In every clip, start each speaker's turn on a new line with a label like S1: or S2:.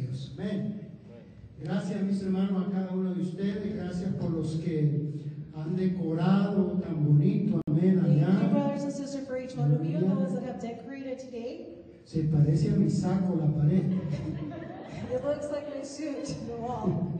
S1: Amén. Gracias mis hermanos a cada uno de ustedes, gracias por los que han decorado tan bonito, amén,
S2: Thank you,
S1: allá.
S2: brothers and sisters, for each one of you, and those that have decorated today.
S1: Se parece a mi saco la pared.
S2: It looks like my suit, the wall.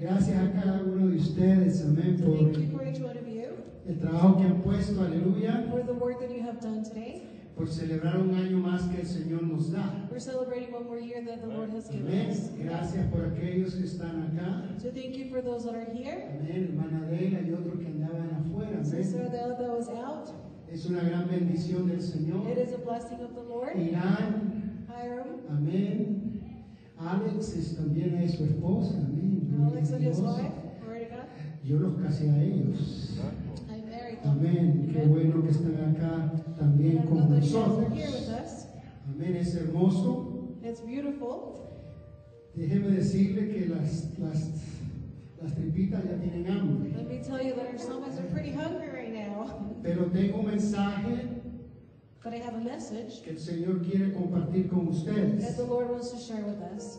S1: Gracias a cada uno de ustedes, amén, por
S2: Thank you for each one of you,
S1: el trabajo que han puesto, aleluya,
S2: for the work that you have done today.
S1: por celebrar un año más que el Señor nos da.
S2: We're celebrating one more year that the Lord has given
S1: Amén.
S2: us.
S1: Gracias por aquellos que están acá.
S2: So thank you for those that are here.
S1: Amén, hermana Adela y otro que andaban afuera.
S2: Sister
S1: Amén.
S2: Adele that was out,
S1: Es una gran bendición del
S2: it
S1: Señor.
S2: is a blessing of the Lord.
S1: Irán,
S2: Hiram,
S1: amén. Alex es también es su esposa. Amén. Gloria
S2: Alex
S1: a
S2: and his
S1: Dios.
S2: wife, glory to God.
S1: Yo los casé a ellos.
S2: I married them.
S1: Amén. Qué bueno que están acá también
S2: And I'm
S1: con
S2: glad that you guys are
S1: nosotros.
S2: here with us.
S1: Amén. Es hermoso.
S2: It's beautiful.
S1: Déjeme decirle que las, las, las tripitas ya tienen hambre.
S2: Let me tell you that our stomachs are pretty hungry right now.
S1: Pero tengo un mensaje
S2: But I have a message
S1: que el Señor quiere compartir con
S2: that
S1: ustedes.
S2: the Lord wants to share with us.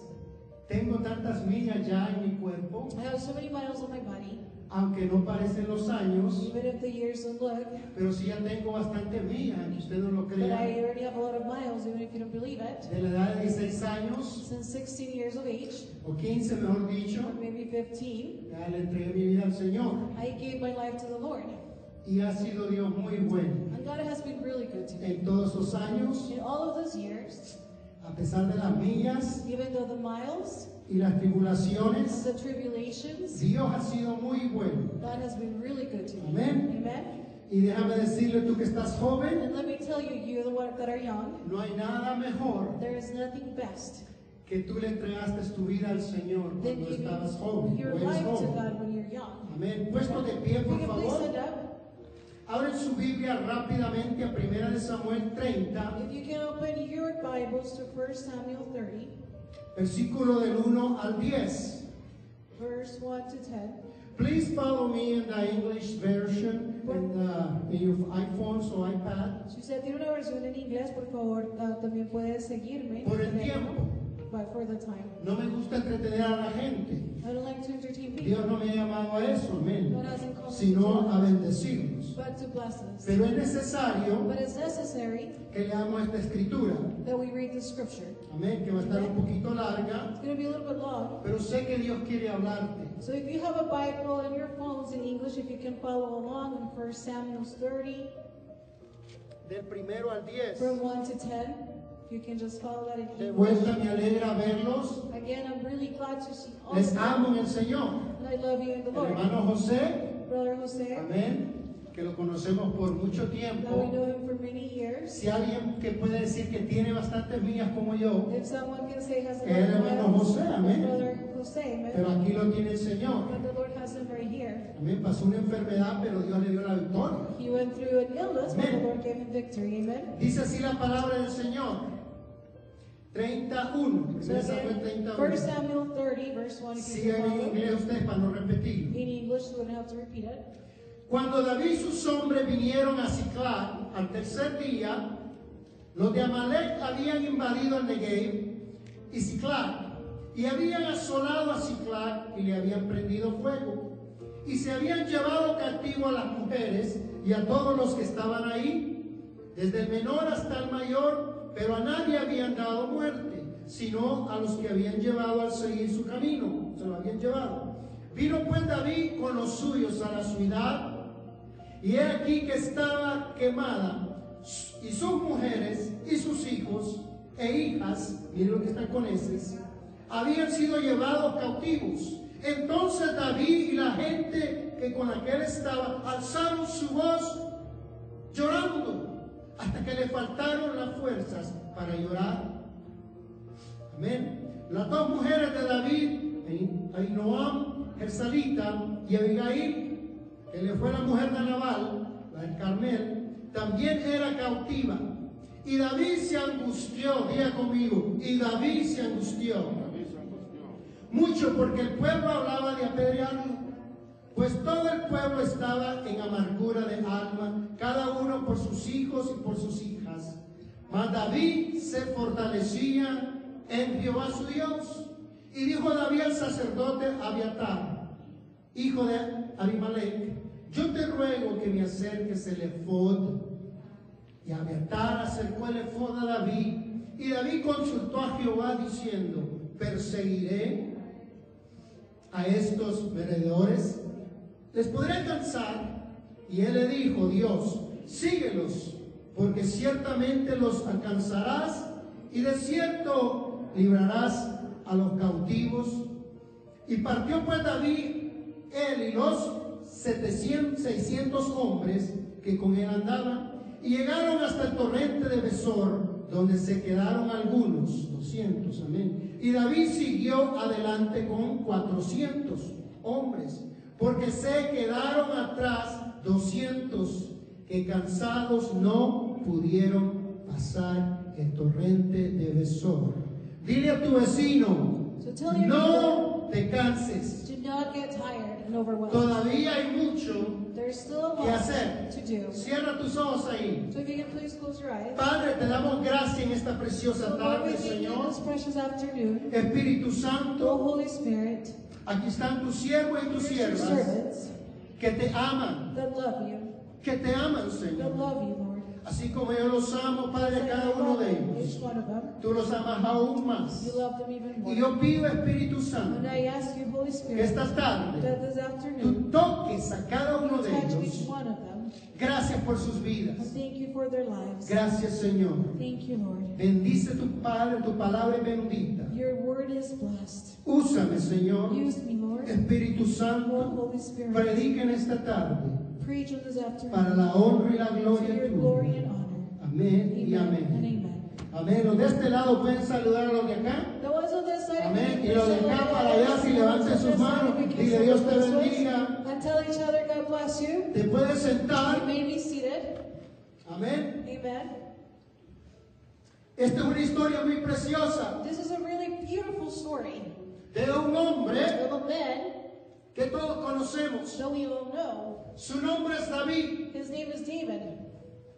S1: Tengo tantas millas ya en mi cuerpo,
S2: I have so many miles on my body,
S1: aunque no parecen los años,
S2: even if the years don't look,
S1: pero sí ya tengo bastantes millas, aunque usted no lo
S2: but I
S1: crea.
S2: already have a lot of miles, even if you don't believe it.
S1: De la edad de 16 años,
S2: Since 16 years of age,
S1: o 15 mejor
S2: or
S1: dicho,
S2: maybe 15,
S1: ya le entregué mi vida al Señor.
S2: I gave my life to the Lord.
S1: Y ha sido Dios muy bueno.
S2: And God has been really good to me.
S1: En todos esos años,
S2: In all of those years,
S1: a pesar de las millas
S2: even though the miles
S1: y las tribulaciones,
S2: and the tribulations,
S1: Dios ha sido muy bueno.
S2: God has been really good to me.
S1: Amén.
S2: Amen.
S1: Y déjame decirle tú que estás joven,
S2: And let me tell you, you the one that are young,
S1: no hay nada mejor
S2: there is nothing best
S1: que tú le entregaste tu vida al Señor
S2: than
S1: cuando
S2: giving
S1: estabas joven.
S2: your
S1: o eres
S2: life to
S1: joven.
S2: God when you're young.
S1: Amén. Puesto de pie,
S2: If you
S1: por
S2: can please stand
S1: favor.
S2: up.
S1: Abren su Biblia rápidamente a 1 de Samuel 30,
S2: If you can open your Bibles to 1 Samuel 30,
S1: versículo del 1 al 10.
S2: verse 1 to 10.
S1: Please follow me in the English version in, the, in your iPhones or iPad.
S2: Si usted tiene una versión en inglés, por favor, ah, también puede seguirme.
S1: Por el
S2: Pero-
S1: tiempo.
S2: But for the time.
S1: No me gusta entretener a la gente.
S2: I don't like to entertain people,
S1: Dios no me ha llamado a eso, amén. Sino a bendecirnos.
S2: but to bless us.
S1: Pero es necesario
S2: But it's necessary
S1: que leamos esta escritura.
S2: that we read the scripture.
S1: Amén, que va a estar un poquito larga,
S2: It's going to be a little bit long.
S1: pero sé que Dios quiere hablarte.
S2: So if you have a Bible and your phones in English, if you can follow along in 1 Samuel 30,
S1: Del primero al diez.
S2: from 1 to 10, you can just follow that in
S1: De
S2: English.
S1: vuelta me alegra verlos.
S2: Again, I'm really glad to see all of
S1: Les
S2: you.
S1: amo en el Señor.
S2: And I love you in the
S1: El
S2: Lord.
S1: hermano José,
S2: Brother Jose,
S1: amén, que lo conocemos por mucho
S2: that we
S1: tiempo.
S2: know him for many years.
S1: Si alguien que puede decir que tiene bastantes millas como yo,
S2: If someone can say has a
S1: El hermano Eh, Jose, amén.
S2: Brother Jose,
S1: pero
S2: amen.
S1: aquí lo tiene el Señor.
S2: But the Lord has him right here.
S1: Amén, pasó una enfermedad, pero Dios le dio la victoria.
S2: He went through an illness, but the
S1: Amen.
S2: Lord gave him victory, amen.
S1: Dice así la palabra del Señor. 31.
S2: So
S1: Esa fue
S2: again, 1
S1: 31.
S2: Samuel 30, verse 1, if you
S1: Sigan
S2: can
S1: en
S2: follow.
S1: inglés ustedes para no
S2: In
S1: repetirlo.
S2: English, so we don't have to repeat it.
S1: Cuando David y sus hombres vinieron a Ciclán al tercer día, los de Amalek habían invadido el Negev y Ciclán y habían asolado a Ciclán y le habían prendido fuego. Y se habían llevado cautivo a las mujeres y a todos los que estaban ahí, desde el menor hasta el mayor, pero a nadie habían dado muerte, sino a los que habían llevado al seguir su camino, se lo habían llevado. Vino pues David con los suyos a la ciudad y he aquí que estaba quemada y sus mujeres y sus hijos e hijas, miren lo que están con eses, habían sido llevados cautivos. Entonces David y la gente que con aquel estaba alzaron su voz llorando hasta que le faltaron las fuerzas para llorar. Amén. Las dos mujeres de David, Ainoam, Jersalita y Abigail, que le fue la mujer de Nabal, la del Carmel, también era cautiva. Y David se angustió, diga conmigo, y David se angustió mucho porque el pueblo hablaba de apedrearlo, pues todo el pueblo estaba en amargura de alma, cada uno por sus hijos y por sus hijas. Mas David se fortalecía en Jehová su Dios Y dijo David al sacerdote Abiatar, hijo de Abimelech, yo te ruego que me acerques el efod. Y Abiatar acercó el efod a David, y David consultó a Jehová diciendo, ¿perseguiré a estos meredores? ¿Les podré alcanzar? Y él le dijo, Dios, síguelos, porque ciertamente los alcanzarás y de cierto librarás a los cautivos. Y partió pues David, él y los 700, 600 hombres que con él andaban, y llegaron hasta el torrente de Besor, donde se quedaron algunos, 200, amén. Y David siguió adelante con 400 hombres, porque se quedaron atrás 200 que cansados no pudieron pasar el torrente de Besor. Dile a tu vecino,
S2: So tell your
S1: no te canses.
S2: Do not get tired and overwhelmed.
S1: Todavía hay mucho.
S2: There's still a
S1: ¿Qué hacer?
S2: lot to do.
S1: Cierra tus ojos ahí.
S2: So if you can please close your eyes.
S1: Padre, te damos gracias en esta
S2: So
S1: preciosa
S2: Lord, we
S1: tarde,
S2: thank you
S1: Señor.
S2: this precious afternoon.
S1: Espíritu
S2: Oh,
S1: Santo,
S2: Holy Spirit,
S1: aquí están tus siervos y tus
S2: here's your
S1: siervas
S2: servants
S1: que te aman,
S2: that love you,
S1: que te aman,
S2: that
S1: Señor.
S2: love you, Lord.
S1: Así como yo los amo, Padre, a cada uno de
S2: Each
S1: ellos.
S2: one of them.
S1: Tú los amas aún más.
S2: You love them even
S1: Y
S2: more.
S1: yo pido, Espíritu Santo,
S2: And I ask you, Holy
S1: que
S2: Spirit,
S1: esta tarde
S2: that this
S1: tú
S2: afternoon
S1: toques a cada
S2: you
S1: uno de
S2: touch each
S1: ellos.
S2: one of them.
S1: Gracias por sus
S2: And
S1: vidas.
S2: thank you for their lives.
S1: Gracias, Señor.
S2: Thank you, Lord.
S1: Bendice tu Padre, tu palabra es bendita.
S2: Your word is blessed.
S1: Úsame, Señor.
S2: Use me, Lord.
S1: Espíritu
S2: Oh,
S1: Santo,
S2: Holy Spirit.
S1: predica en esta tarde
S2: Preach on this
S1: para
S2: afternoon
S1: la honra y la
S2: to
S1: gloria
S2: your glory
S1: tuya.
S2: and honor.
S1: Amén y
S2: Amen and
S1: amén.
S2: amen.
S1: Amén. Los de este lado pueden saludar a los de acá.
S2: The ones on this side,
S1: Amén.
S2: if
S1: Y
S2: you
S1: los de
S2: can kiss
S1: acá
S2: all
S1: para
S2: the
S1: allá, si
S2: others,
S1: levanten sus
S2: this side,
S1: manos,
S2: we kiss
S1: dile
S2: all
S1: Dios
S2: the
S1: te
S2: others.
S1: bendiga.
S2: And tell each other, God bless you.
S1: Te puedes
S2: You
S1: sentar.
S2: may be seated.
S1: Amén.
S2: Amen.
S1: Esta es una historia muy preciosa
S2: This is a really beautiful story
S1: de un hombre
S2: of a man
S1: que todos conocemos.
S2: that we all know.
S1: Su nombre es David.
S2: His name is David,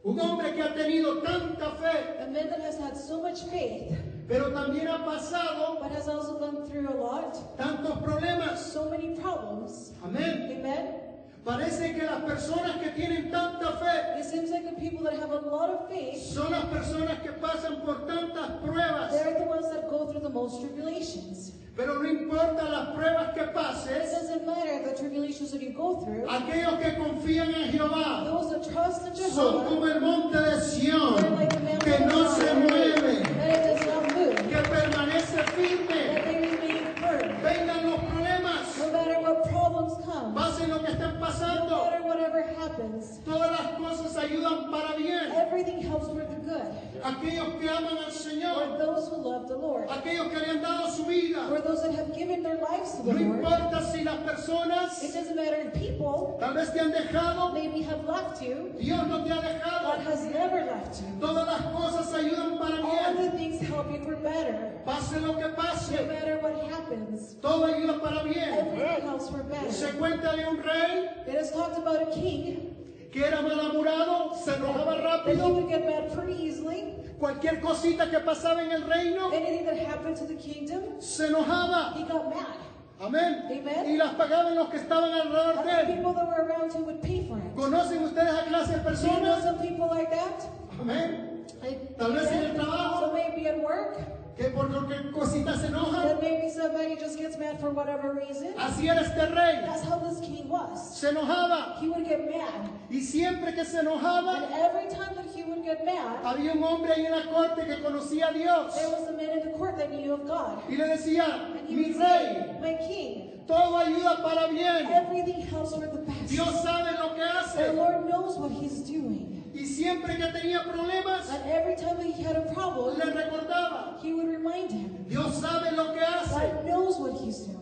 S1: Un hombre que ha tenido tanta fe,
S2: a man that has had so much faith,
S1: pero también ha pasado
S2: but has also gone through a lot,
S1: tantos problemas.
S2: so many problems.
S1: Amén.
S2: Amen.
S1: Parece que las personas que tienen tanta fe
S2: It seems like the people that have a lot of faith,
S1: son las personas que pasan por tantas pruebas.
S2: they're the ones that go through the most tribulations.
S1: Pero no importa las pruebas que
S2: It
S1: pases,
S2: doesn't matter the tribulations that you go through.
S1: aquellos que confían en Jehová
S2: Those that trust in
S1: son
S2: Jehovah,
S1: como el monte de
S2: they're
S1: Sión,
S2: like the man
S1: que no se mueve,
S2: That it does not move.
S1: que permanece firme.
S2: That they remain firm.
S1: Vengan los problemas,
S2: No matter what problems come, no
S1: pasen lo que estén pasando.
S2: matter whatever happens,
S1: Todas las cosas ayudan para bien.
S2: everything helps for the good.
S1: aquellos que aman al
S2: For
S1: Señor,
S2: those who love the Lord,
S1: aquellos que le han dado su vida.
S2: for those that have given their lives to
S1: No
S2: the Lord,
S1: importa si las
S2: it
S1: personas
S2: doesn't matter if people
S1: tal vez te han dejado,
S2: maybe have left you,
S1: Dios no te ha
S2: God
S1: dejado.
S2: has never left you.
S1: Todas las cosas ayudan para
S2: All
S1: bien.
S2: the things help you for better.
S1: Pase lo que
S2: No
S1: pase,
S2: matter what happens,
S1: todo ayuda para bien.
S2: everything helps for
S1: Y se
S2: better.
S1: cuenta de un rey
S2: It is talked about a king
S1: que era malhumorado, se enojaba
S2: that he
S1: rápido.
S2: would get mad pretty easily.
S1: Cualquier cosita que pasaba en el reino,
S2: Anything that happened to the kingdom,
S1: se enojaba.
S2: he got mad.
S1: Amén. Y las pagaban los que estaban alrededor de
S2: And the
S1: él.
S2: people that were around him would pay for it.
S1: ¿Conocen ustedes a clase de
S2: Do you know
S1: personas?
S2: some people like that?
S1: Amén.
S2: Like,
S1: Tal vez en el trabajo.
S2: So maybe at work,
S1: que por cualquier cosita se enoja.
S2: that maybe somebody just gets mad for whatever reason.
S1: Así era este rey.
S2: That's how this king was.
S1: Se enojaba.
S2: He would get mad.
S1: Y siempre que se enojaba,
S2: And every time that he would get mad,
S1: había un hombre ahí en la corte que conocía a Dios.
S2: there was a man in the court that knew of God.
S1: Y le decía,
S2: And he
S1: mi rey,
S2: would say, My king,
S1: todo ayuda para bien.
S2: everything helps for the best.
S1: Dios sabe lo que
S2: The
S1: hace.
S2: Lord knows what he's doing.
S1: Y siempre que tenía problemas,
S2: And every time that he had a problem,
S1: le recordaba,
S2: he would remind him.
S1: Dios sabe lo que hace.
S2: God knows what he's doing.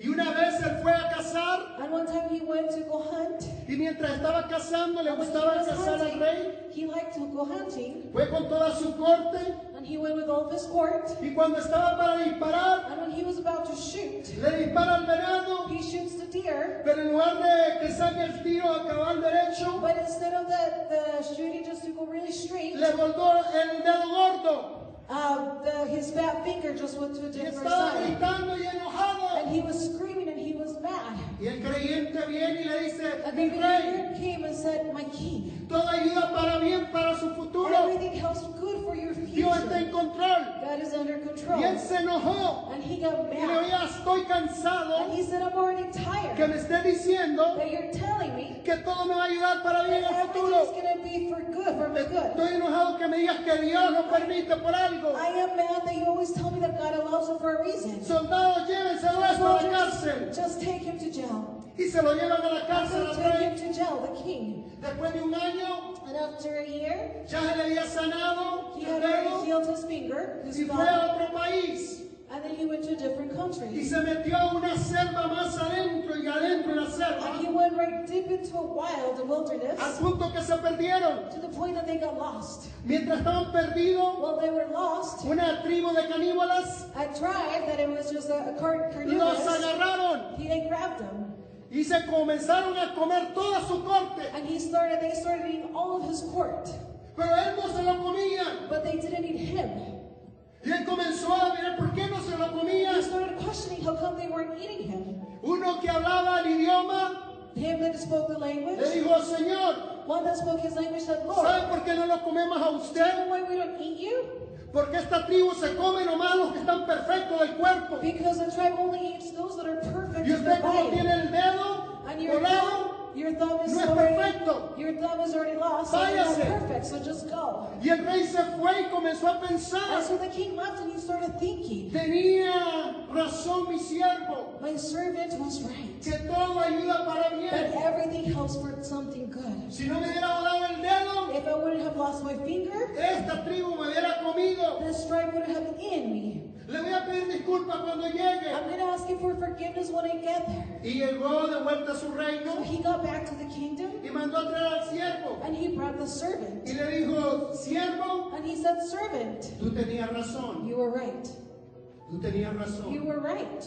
S1: Y una vez él fue a cazar
S2: And one time he went to go hunt.
S1: y mientras estaba cazando, le
S2: When he
S1: gustaba
S2: was
S1: cazar al
S2: hunting,
S1: rey.
S2: He liked to go hunting.
S1: Fue con toda su corte
S2: And he went with all of his court.
S1: y cuando estaba para disparar,
S2: And when he was about to shoot,
S1: Le dispara al venado,
S2: he shoots the deer.
S1: pero en lugar de que salga el tiro a cabal derecho,
S2: But instead of the, the shooting just to go really straight,
S1: le voltó el dedo gordo.
S2: uh, the, his fat finger just went to a
S1: Y
S2: different
S1: estaba
S2: side.
S1: gritando y él mi
S2: David
S1: rey.
S2: here came and said, My king,
S1: Toda ayuda para bien, para su futuro.
S2: everything helps good for your
S1: Dios está
S2: future.
S1: en control.
S2: God is under
S1: Y él
S2: control.
S1: se enojó.
S2: And he got
S1: Y le dijo,
S2: mad.
S1: ya estoy
S2: And
S1: cansado
S2: he said, I'm already
S1: que
S2: tired
S1: me esté diciendo
S2: that you're telling me
S1: que todo me va a ayudar para bien
S2: that
S1: en el
S2: everything
S1: futuro.
S2: is going to be for good, for my good.
S1: Estoy enojado que me digas que Dios lo permite por algo.
S2: I am mad that you always tell me that God allows it for a reason.
S1: Soldados, llévenselo esto a la cárcel.
S2: Soldiers, Just take him to jail.
S1: Y se lo llevan a la cárcel
S2: Just
S1: al
S2: take him
S1: rey.
S2: to jail, the king.
S1: Después de un año,
S2: And after a year,
S1: ya se le había sanado
S2: he
S1: el
S2: had already
S1: dedo
S2: healed his finger, his
S1: y fue
S2: thumb,
S1: a otro país.
S2: and then he went to a different
S1: Y
S2: country.
S1: se metió a una selva más adentro y adentro en la selva,
S2: And he went right deep into a wild
S1: al
S2: wilderness
S1: punto que se perdieron.
S2: to the point that they got lost.
S1: Mientras estaban perdidos,
S2: While they were lost,
S1: una tribu de caníbales
S2: a tribe that it was just a, a car-
S1: los
S2: carnivorous,
S1: agarraron
S2: he had grabbed them.
S1: y se comenzaron a comer toda su corte.
S2: And he started, they started eating all of his court.
S1: Pero él no se lo comía.
S2: But they didn't eat him.
S1: Y él comenzó a mirar por qué no se lo comía.
S2: He started questioning how come they weren't eating him.
S1: Uno que hablaba el idioma
S2: Him that spoke the
S1: le
S2: language,
S1: dijo, Señor,
S2: one that spoke his language said, Lord,
S1: ¿sabe por qué no lo comemos a usted?
S2: why we don't eat you?
S1: Porque esta tribu se come nomás los que están perfectos del cuerpo.
S2: Because the tribe only eats those that are perfect
S1: Y
S2: in their
S1: usted como
S2: body.
S1: tiene el dedo
S2: And your
S1: colado
S2: thumb, your thumb is
S1: no es
S2: already,
S1: perfecto.
S2: your thumb is already lost. So you're not
S1: Váyase.
S2: perfect, so just go.
S1: y el rey se fue y comenzó a
S2: And
S1: pensar,
S2: so the king left and he started thinking,
S1: tenía razón mi siervo,
S2: my servant was right.
S1: que todo ayuda para
S2: That
S1: bien.
S2: everything helps for something good.
S1: Si no me hubiera volado el dedo,
S2: If I wouldn't have lost my finger,
S1: esta tribu me hubiera comido.
S2: this stripe would have been in me.
S1: Le voy a pedir disculpas cuando llegue.
S2: I'm gonna ask him for forgiveness when I get there.
S1: Y llegó de vuelta a su
S2: So
S1: reino
S2: he got back to the kingdom
S1: y mandó a traer al siervo.
S2: and he brought the servant.
S1: Y le dijo, siervo,
S2: And he said, Servant,
S1: tú tenías razón,
S2: you were right.
S1: tú tenías
S2: You
S1: razón.
S2: were right.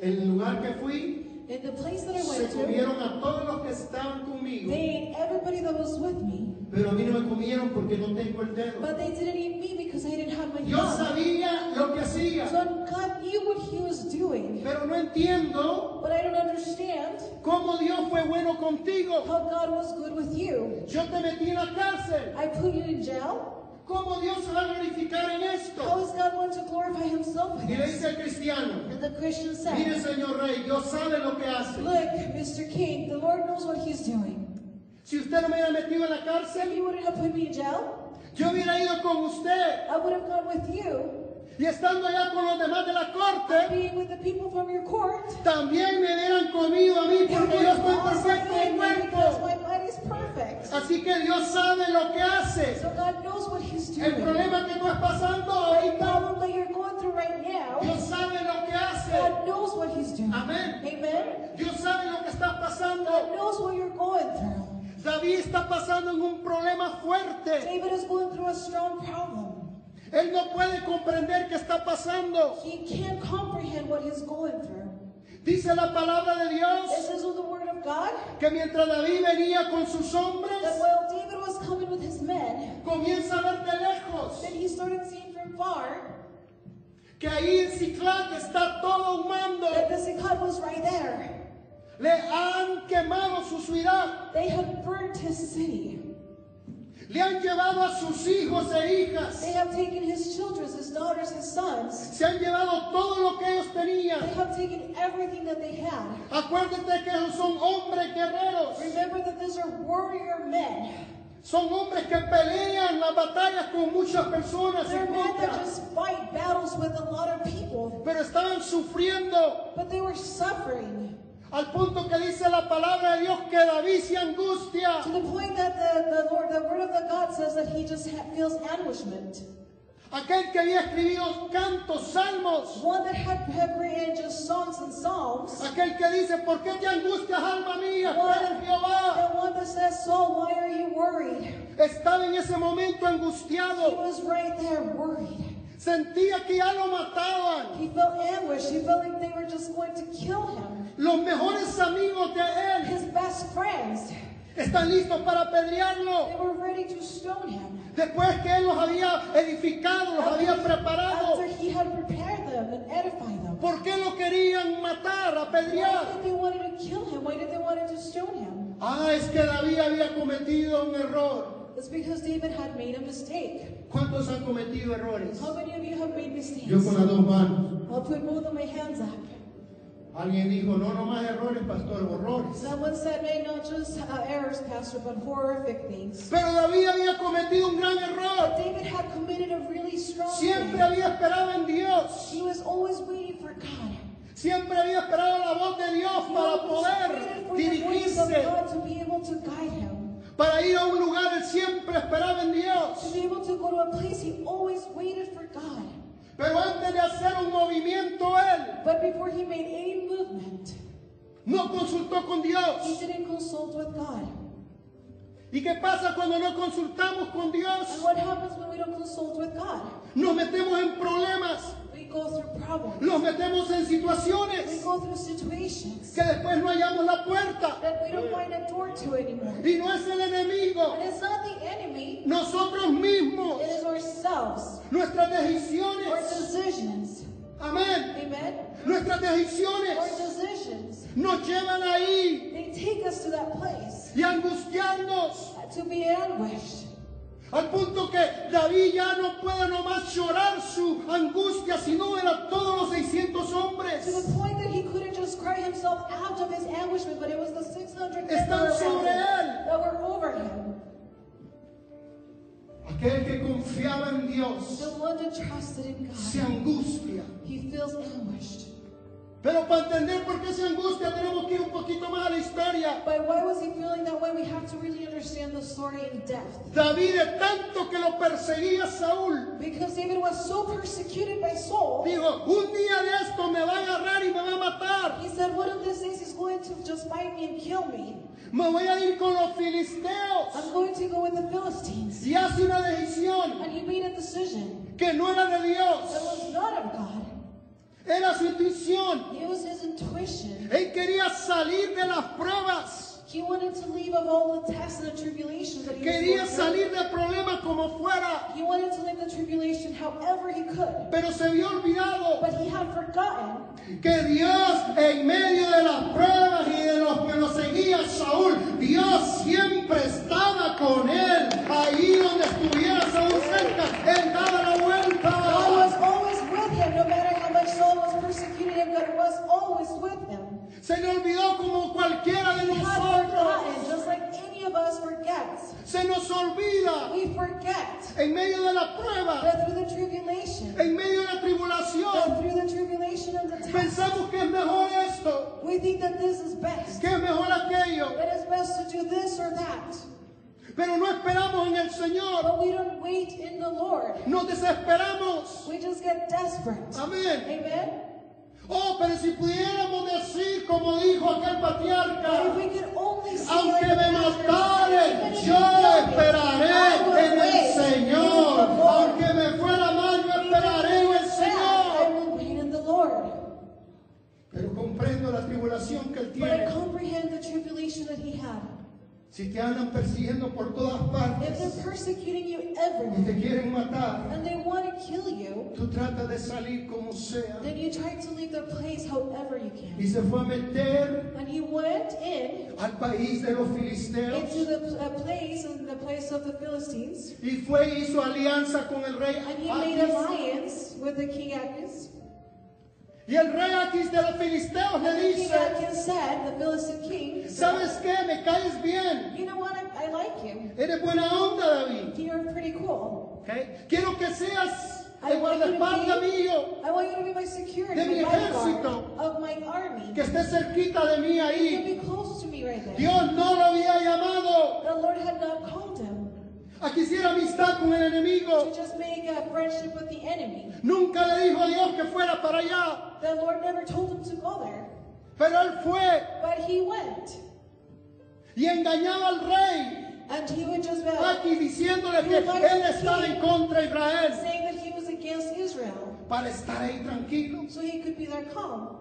S1: En el lugar que fui,
S2: In the place that I
S1: se
S2: went to,
S1: comieron a todos los que estaban conmigo.
S2: they ate everybody that was with me.
S1: Pero a mí no me comieron porque no tengo el dedo.
S2: But they didn't eat me because I didn't have my
S1: Yo
S2: thumb.
S1: sabía lo que hacía,
S2: So God knew what he was doing.
S1: pero no entiendo
S2: But I don't understand
S1: cómo Dios fue bueno contigo.
S2: how God was good with you.
S1: Yo te metí en la cárcel.
S2: I put you in jail.
S1: ¿Cómo Dios se va a glorificar en
S2: How
S1: esto?
S2: is God going to glorify himself with
S1: Y le
S2: this?
S1: dice al cristiano,
S2: And the Christian said,
S1: mire señor rey, Dios sabe lo que hace.
S2: Look, Mr. King, the Lord knows what he's doing.
S1: Si usted no me hubiera metido en la
S2: If
S1: cárcel,
S2: you wouldn't have put me in jail,
S1: yo hubiera ido con usted.
S2: I would have gone with you,
S1: Y estando allá con los demás de la corte,
S2: being with the people from your court.
S1: también me hubieran comido a mí
S2: They would
S1: porque yo
S2: have
S1: estoy
S2: also
S1: perfecto
S2: eaten
S1: de
S2: me because
S1: cuerpo.
S2: my body's perfect.
S1: Así que Dios sabe lo que hace.
S2: So God knows what he's
S1: El
S2: doing.
S1: problema que no es pasando
S2: The
S1: ahorita,
S2: problem that you're going through right now,
S1: Dios sabe lo que hace.
S2: God knows what he's doing.
S1: Amén.
S2: Amen?
S1: Dios sabe lo que está
S2: God
S1: pasando.
S2: knows what you're going through.
S1: David está pasando en un problema fuerte.
S2: David is going through a strong problem.
S1: Él no puede comprender qué está pasando.
S2: He can't comprehend what he's going through.
S1: Dice la palabra de Dios
S2: This is the word of God.
S1: que mientras David venía con sus hombres,
S2: that while David was coming with his men,
S1: comienza a ver de lejos
S2: then he started seeing from far
S1: que ahí en Ciclac está todo humando.
S2: that the Ziklag was right there.
S1: Le han quemado su ciudad,
S2: They had burned his city.
S1: le han llevado a sus hijos e hijas,
S2: They have taken his children, his daughters, his sons.
S1: se han llevado todo lo que ellos
S2: They
S1: tenían.
S2: have taken everything that they had.
S1: Acuérdate que ellos son hombres guerreros,
S2: Remember that these are warrior men.
S1: son hombres que pelean las batallas con muchas personas, y
S2: They're men that
S1: juntas,
S2: just fight battles with a lot of people.
S1: pero estaban sufriendo
S2: But they were suffering
S1: al punto que dice la palabra de Dios que David se angustia.
S2: to the point that the, the Lord, the word of the God says that he just ha- feels anguishment.
S1: Aquel que había escrito cantos, salmos,
S2: One that had, had written just songs and psalms.
S1: Aquel que dice, ¿por qué te angustias, alma mía? Espera en Jehová.
S2: The one that says, Saul, why are you worried?
S1: Estaba en ese momento
S2: He
S1: angustiado.
S2: was right there worried.
S1: Sentía que ya lo mataban.
S2: He felt anguish. He felt like they were just going to kill him.
S1: Los mejores amigos de él
S2: His best friends,
S1: están listos para
S2: they
S1: apedrearlo.
S2: were ready to stone him.
S1: Después que él los había edificado, los había preparado.
S2: After he had prepared them and edified them.
S1: ¿Por qué lo querían matar,
S2: Why
S1: apedrear?
S2: did they wanted to kill him? Why did they wanted to stone him?
S1: Ah, es que David había cometido un error.
S2: It's because David had made a mistake.
S1: ¿Cuántos han cometido errores?
S2: How many of you have made mistakes?
S1: Yo con las dos manos.
S2: I'll put both of my hands up.
S1: Alguien dijo, no, no más errores, pastor, horrores.
S2: Someone said, hey, not just uh, errors, Pastor, but horrific things.
S1: Pero David había cometido un gran error.
S2: David had committed a really strong
S1: Siempre
S2: thing.
S1: había esperado en Dios.
S2: He was always waiting for God.
S1: Siempre había esperado la voz de Dios
S2: He
S1: para poder
S2: always waited for the voice of
S1: dirigirse.
S2: God to be able to guide him.
S1: Para ir a un lugar, él siempre esperaba en
S2: To
S1: Dios.
S2: be able to go to a place, he always waited for God.
S1: Pero antes de hacer un movimiento, él
S2: But before he made any movement,
S1: no consultó con
S2: he
S1: Dios.
S2: didn't consult with God.
S1: ¿Y qué pasa cuando no consultamos con
S2: And
S1: Dios?
S2: what happens when we don't consult with God?
S1: Nos metemos en problemas,
S2: We go through problems.
S1: nos metemos en
S2: We
S1: situaciones
S2: go through situations
S1: que después no hallamos la puerta.
S2: that we don't find a door to anymore.
S1: Y no es el enemigo,
S2: And it's not the enemy,
S1: nosotros mismos,
S2: it is ourselves,
S1: nuestras
S2: our
S1: decisiones.
S2: decisions.
S1: Amén.
S2: Amen?
S1: Nuestras
S2: Our
S1: decisiones
S2: decisions.
S1: nos llevan ahí
S2: They take us to that place
S1: y angustiarnos
S2: to be anguished.
S1: al punto que David ya no puede nomás llorar su angustia, sino era todos los 600
S2: To
S1: hombres.
S2: the point that he couldn't just cry himself out of his anguishment, but it was the 600 men that
S1: Están
S2: were
S1: sobre
S2: around
S1: él.
S2: him, that were over him.
S1: Aquel que confiaba en
S2: The
S1: Dios
S2: one that trusted in
S1: se
S2: God,
S1: angustia.
S2: he feels anguished.
S1: Pero para entender por qué se angustia tenemos que ir un poquito más a la historia.
S2: But why was he feeling that way? We have to really understand the story in depth.
S1: David de tanto que lo perseguía Saúl.
S2: Because David was so persecuted by Saul,
S1: Dijo, un día de esto me va a agarrar y me va a matar.
S2: he said, One of these days he's going to just fight me and kill me.
S1: Me voy a ir con los filisteos.
S2: I'm going to go with the Philistines.
S1: Y hace una decisión
S2: And he made a decision
S1: que no era de
S2: that
S1: Dios.
S2: was not of God.
S1: Era su intuición.
S2: It was his intuition.
S1: Él quería salir de las pruebas.
S2: He wanted to leave of all the tests and the tribulations that he was
S1: Quería
S2: going through.
S1: salir de problemas como fuera.
S2: He wanted to leave the tribulation however he could.
S1: Pero se vio olvidado
S2: But he had forgotten
S1: que Dios en medio de las pruebas y de los que lo seguía Saúl, Dios siempre estaba con él. Ahí donde estuviera Saúl cerca, él daba la
S2: God was
S1: vuelta.
S2: always with him, no matter how much Saul was persecuting him, God was always with him.
S1: Se le olvidó como cualquiera de
S2: We had forgotten,
S1: nosotros.
S2: just like any of us forgets.
S1: Se nos olvida
S2: We forget
S1: en medio de la prueba,
S2: that through the tribulation,
S1: en medio de la
S2: that
S1: tribulación.
S2: through the tribulation and the test,
S1: Pensamos que es mejor esto,
S2: we think that this is best.
S1: que es mejor aquello,
S2: That it's best to do this or that.
S1: pero no esperamos en el Señor,
S2: But we don't wait in the Lord.
S1: nos desesperamos.
S2: We just get desperate.
S1: Amén.
S2: Amen?
S1: Oh, pero si pudiéramos decir, como dijo aquel
S2: If
S1: patriarca,
S2: we could only see
S1: aunque
S2: like
S1: me
S2: Jesus, even
S1: matare,
S2: if
S1: yo
S2: you killed me, I would
S1: esperaré en el
S2: wait in
S1: Señor.
S2: the Lord.
S1: Aunque me fuera mal, yo esperaré en el
S2: I
S1: Señor.
S2: will wait in the Lord.
S1: Pero comprendo la tribulación que él
S2: But I
S1: tiene.
S2: comprehend the tribulation that he had.
S1: Si te andan persiguiendo por todas
S2: If
S1: partes
S2: they're persecuting you
S1: y
S2: everywhere
S1: te quieren matar,
S2: and they want to kill you,
S1: tú tratas de salir como sea.
S2: then you try to leave their place however you
S1: Y
S2: can.
S1: se fue a meter
S2: And he went in
S1: al país de los filisteos
S2: into the uh, place, in the place of the Philistines,
S1: y fue y hizo alianza con el rey
S2: and he made
S1: Aquis.
S2: alliance with the king Agnes.
S1: Y el rey Aquis de los filisteos
S2: And
S1: le
S2: the king
S1: dice,
S2: Agnes said, the Philistine king,
S1: ¿sabes qué? Me caes bien.
S2: you know what, I, I like you.
S1: Eres buena onda, David.
S2: You're pretty cool.
S1: ¿Ok? Quiero que seas
S2: I
S1: el
S2: want you to
S1: guardaespaldas
S2: be,
S1: mío,
S2: I want you to be my security,
S1: De mi
S2: my bodyguard,
S1: ejército.
S2: of my army.
S1: que estés cerquita de mí
S2: You
S1: ahí.
S2: be close to me right there.
S1: Dios no lo había llamado
S2: The Lord had not called him
S1: a que hiciera amistad con el
S2: to
S1: enemigo.
S2: just make a friendship with the enemy.
S1: Nunca le dijo a Dios que fuera para allá.
S2: The Lord never told him to go there,
S1: Pero él fue
S2: but he went.
S1: y engañaba al rey.
S2: And he would just be
S1: Aquí diciéndole que él estaba en contra de Israel
S2: saying that he was against Israel,
S1: para estar ahí tranquilo.
S2: so he could be there calm.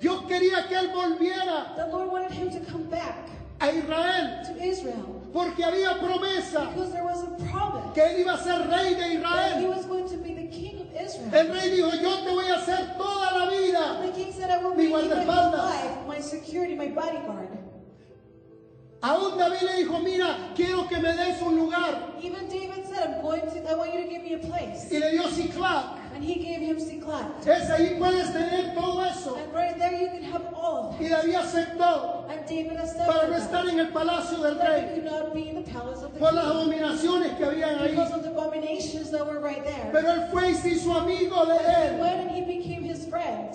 S1: Dios quería que él volviera
S2: The Lord wanted him to come back
S1: a Israel
S2: to Israel
S1: porque había promesa
S2: because there was a promise
S1: que él iba a ser rey de
S2: that he
S1: Israel.
S2: was going to be the king of Israel.
S1: El rey dijo, yo te voy a hacer toda la vida
S2: The king said, I will
S1: Mi
S2: make you my whole
S1: guardaespaldas.
S2: life, my security, my bodyguard.
S1: Aún David le dijo, mira, quiero que me des un lugar.
S2: Even David said, I'm going to, I want you to give me a place.
S1: Y le dio Ciclac.
S2: And he gave him Siklag.
S1: Es ahí puedes tener todo eso.
S2: And right there you can have all of
S1: Y David aceptó
S2: that. And David
S1: para no
S2: accepted that.
S1: estar en el palacio del
S2: That he
S1: rey
S2: could not be in the palace of the
S1: por las
S2: king
S1: abominaciones que habían ahí.
S2: because of the abominations that were right there.
S1: Pero él fue y se hizo amigo de
S2: But he
S1: él.
S2: went and he became his friend.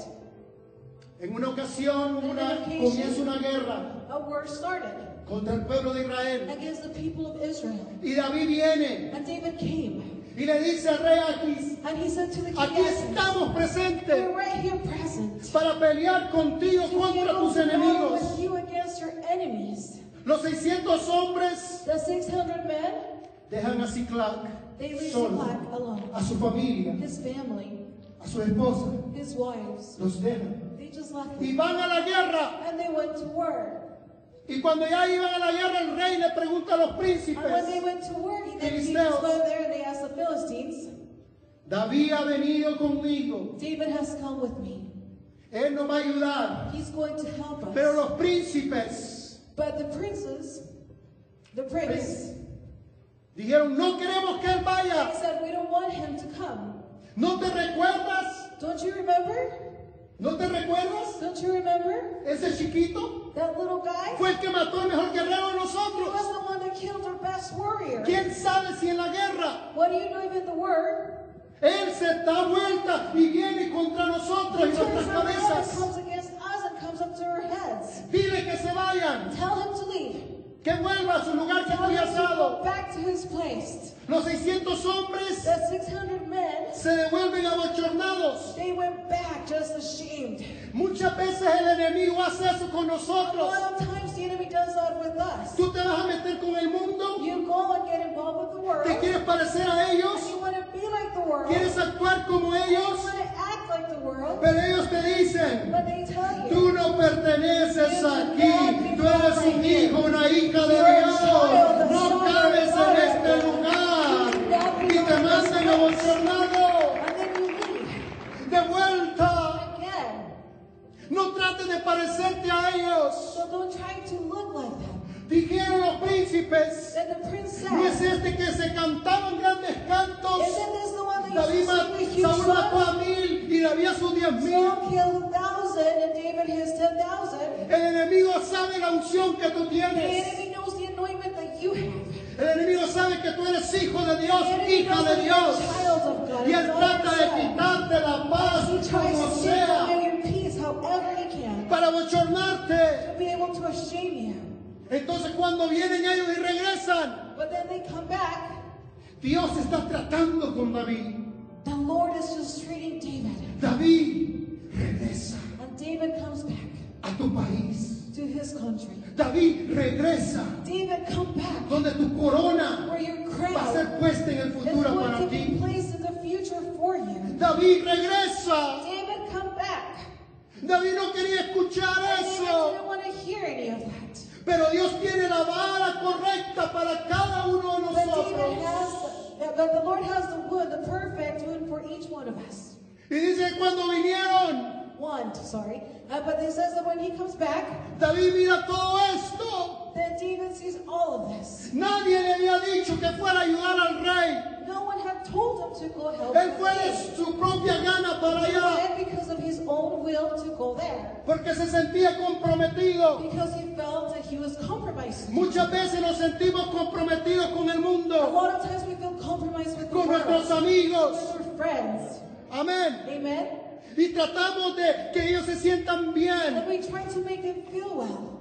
S1: En una ocasión una, comienza una guerra
S2: A war started
S1: contra el pueblo de Israel.
S2: against the people of Israel.
S1: Y David viene
S2: And David came.
S1: y le dice al rey Aquis,
S2: And he said to the king,
S1: aquí
S2: "Yes,
S1: estamos presentes
S2: We're right here present.
S1: para pelear contigo
S2: to
S1: contra
S2: go
S1: tus
S2: to war With
S1: enemigos.
S2: you against your enemies.
S1: Los 600 hombres
S2: The 600 men,
S1: dejan a Ciclac
S2: they leave
S1: solo,
S2: Ziklag alone.
S1: a su familia,
S2: His family,
S1: a su esposa,
S2: his wives,
S1: los dejan.
S2: they just left
S1: Y
S2: him.
S1: van a la guerra.
S2: And they went to war.
S1: Y cuando ya iban a la guerra, el rey le pregunta a los
S2: And when they
S1: príncipes.
S2: went to war, he then he
S1: Filisteos.
S2: just went there and they asked the Philistines,
S1: David ha venido conmigo.
S2: David has come with me.
S1: Él nos va a ayudar.
S2: He's going to help us.
S1: Pero los príncipes
S2: But the princes, the prince,
S1: dijeron, no queremos que él
S2: they
S1: vaya.
S2: said, we don't want him to come.
S1: ¿No te recuerdas?
S2: Don't you remember?
S1: ¿No te recuerdas?
S2: Don't you remember?
S1: Ese chiquito
S2: That little guy?
S1: fue el que mató al mejor guerrero de
S2: He
S1: nosotros.
S2: was the one that killed our best warrior.
S1: ¿Quién sabe si en la guerra
S2: What do you know even the word?
S1: él se da vuelta y viene contra nosotros y
S2: He turns
S1: nuestras
S2: around and
S1: cabezas?
S2: comes against us and comes up to our heads.
S1: Dile que se vayan,
S2: Tell him to leave.
S1: que vuelva a su lugar que
S2: Tell
S1: había
S2: him to go
S1: asado.
S2: back to his place.
S1: Los 600 hombres
S2: That 600 men,
S1: se devuelven abochornados.
S2: they went back just ashamed.
S1: Muchas veces el enemigo hace eso con
S2: A
S1: nosotros.
S2: lot of times the enemy does that with us.
S1: Tú te vas a meter con el mundo,
S2: You go and get involved with the world.
S1: te
S2: And
S1: quieres parecer a ellos,
S2: you want to be like the world. You
S1: quieres actuar como ellos,
S2: want to act like the world.
S1: pero ellos te dicen,
S2: But they tell you,
S1: tú no perteneces aquí, tú eres un hijo, una hija de Dios, no cabes en este lugar y te mandan abochornado,
S2: and then you leave
S1: de vuelta,
S2: again.
S1: no trates de parecerte a ellos.
S2: So don't try to look like them.
S1: Dijeron los príncipes,
S2: Then the prince said,
S1: No es este que se cantaban grandes cantos.
S2: Isn't this the one that
S1: David
S2: used to sing the
S1: ma-
S2: huge
S1: Saúl mató
S2: song?
S1: a mil y David a sus diez mil.
S2: Saul killed a thousand and David his ten thousand.
S1: El enemigo sabe la unción que tú
S2: The
S1: tienes.
S2: enemy knows the anointment that you have.
S1: El enemigo sabe que tú eres hijo de Dios,
S2: The enemy
S1: hija
S2: knows
S1: de
S2: that
S1: Dios.
S2: you're a child of God.
S1: Y
S2: It's
S1: él
S2: all
S1: trata de
S2: yourself.
S1: quitarte la paz
S2: He tries
S1: como
S2: to take away
S1: sea
S2: your peace however he can.
S1: para bochornarte.
S2: To be able to shame you.
S1: Entonces cuando vienen ellos y regresan,
S2: But then they come back.
S1: Dios está tratando con David.
S2: The Lord is just treating David.
S1: David, regresa
S2: And David comes back
S1: a tu país.
S2: to his country.
S1: David, regresa
S2: David, come back
S1: donde tu corona
S2: where your
S1: va a
S2: crown
S1: ser puesta en el
S2: is
S1: futuro
S2: going
S1: para
S2: to be
S1: ti.
S2: placed in the future for you.
S1: David regresa.
S2: David, come back.
S1: David no quería escuchar
S2: David didn't
S1: eso,
S2: want to hear any of that.
S1: pero Dios tiene la vara correcta para cada uno de
S2: But David
S1: nosotros.
S2: has, the, but the Lord has the wood, the perfect wood for each one of us.
S1: Y dice que cuando vinieron,
S2: One, sorry. Uh, but it says that when he comes back,
S1: David mira todo esto.
S2: that David sees all of this.
S1: Nadie le había dicho que fuera a ayudar al rey.
S2: No one had told him to go help
S1: Él
S2: the
S1: fue
S2: king.
S1: de su propia gana para
S2: He
S1: allá,
S2: went because of his own will to go there.
S1: porque se sentía comprometido.
S2: Because he felt that he was compromised.
S1: Muchas veces nos sentimos comprometidos con el
S2: A
S1: mundo,
S2: lot of times we feel compromised with the
S1: con nuestros
S2: world,
S1: amigos.
S2: with our friends.
S1: Amén.
S2: Amen?
S1: Y tratamos de que ellos se sientan
S2: And
S1: bien.
S2: we try to make them feel well.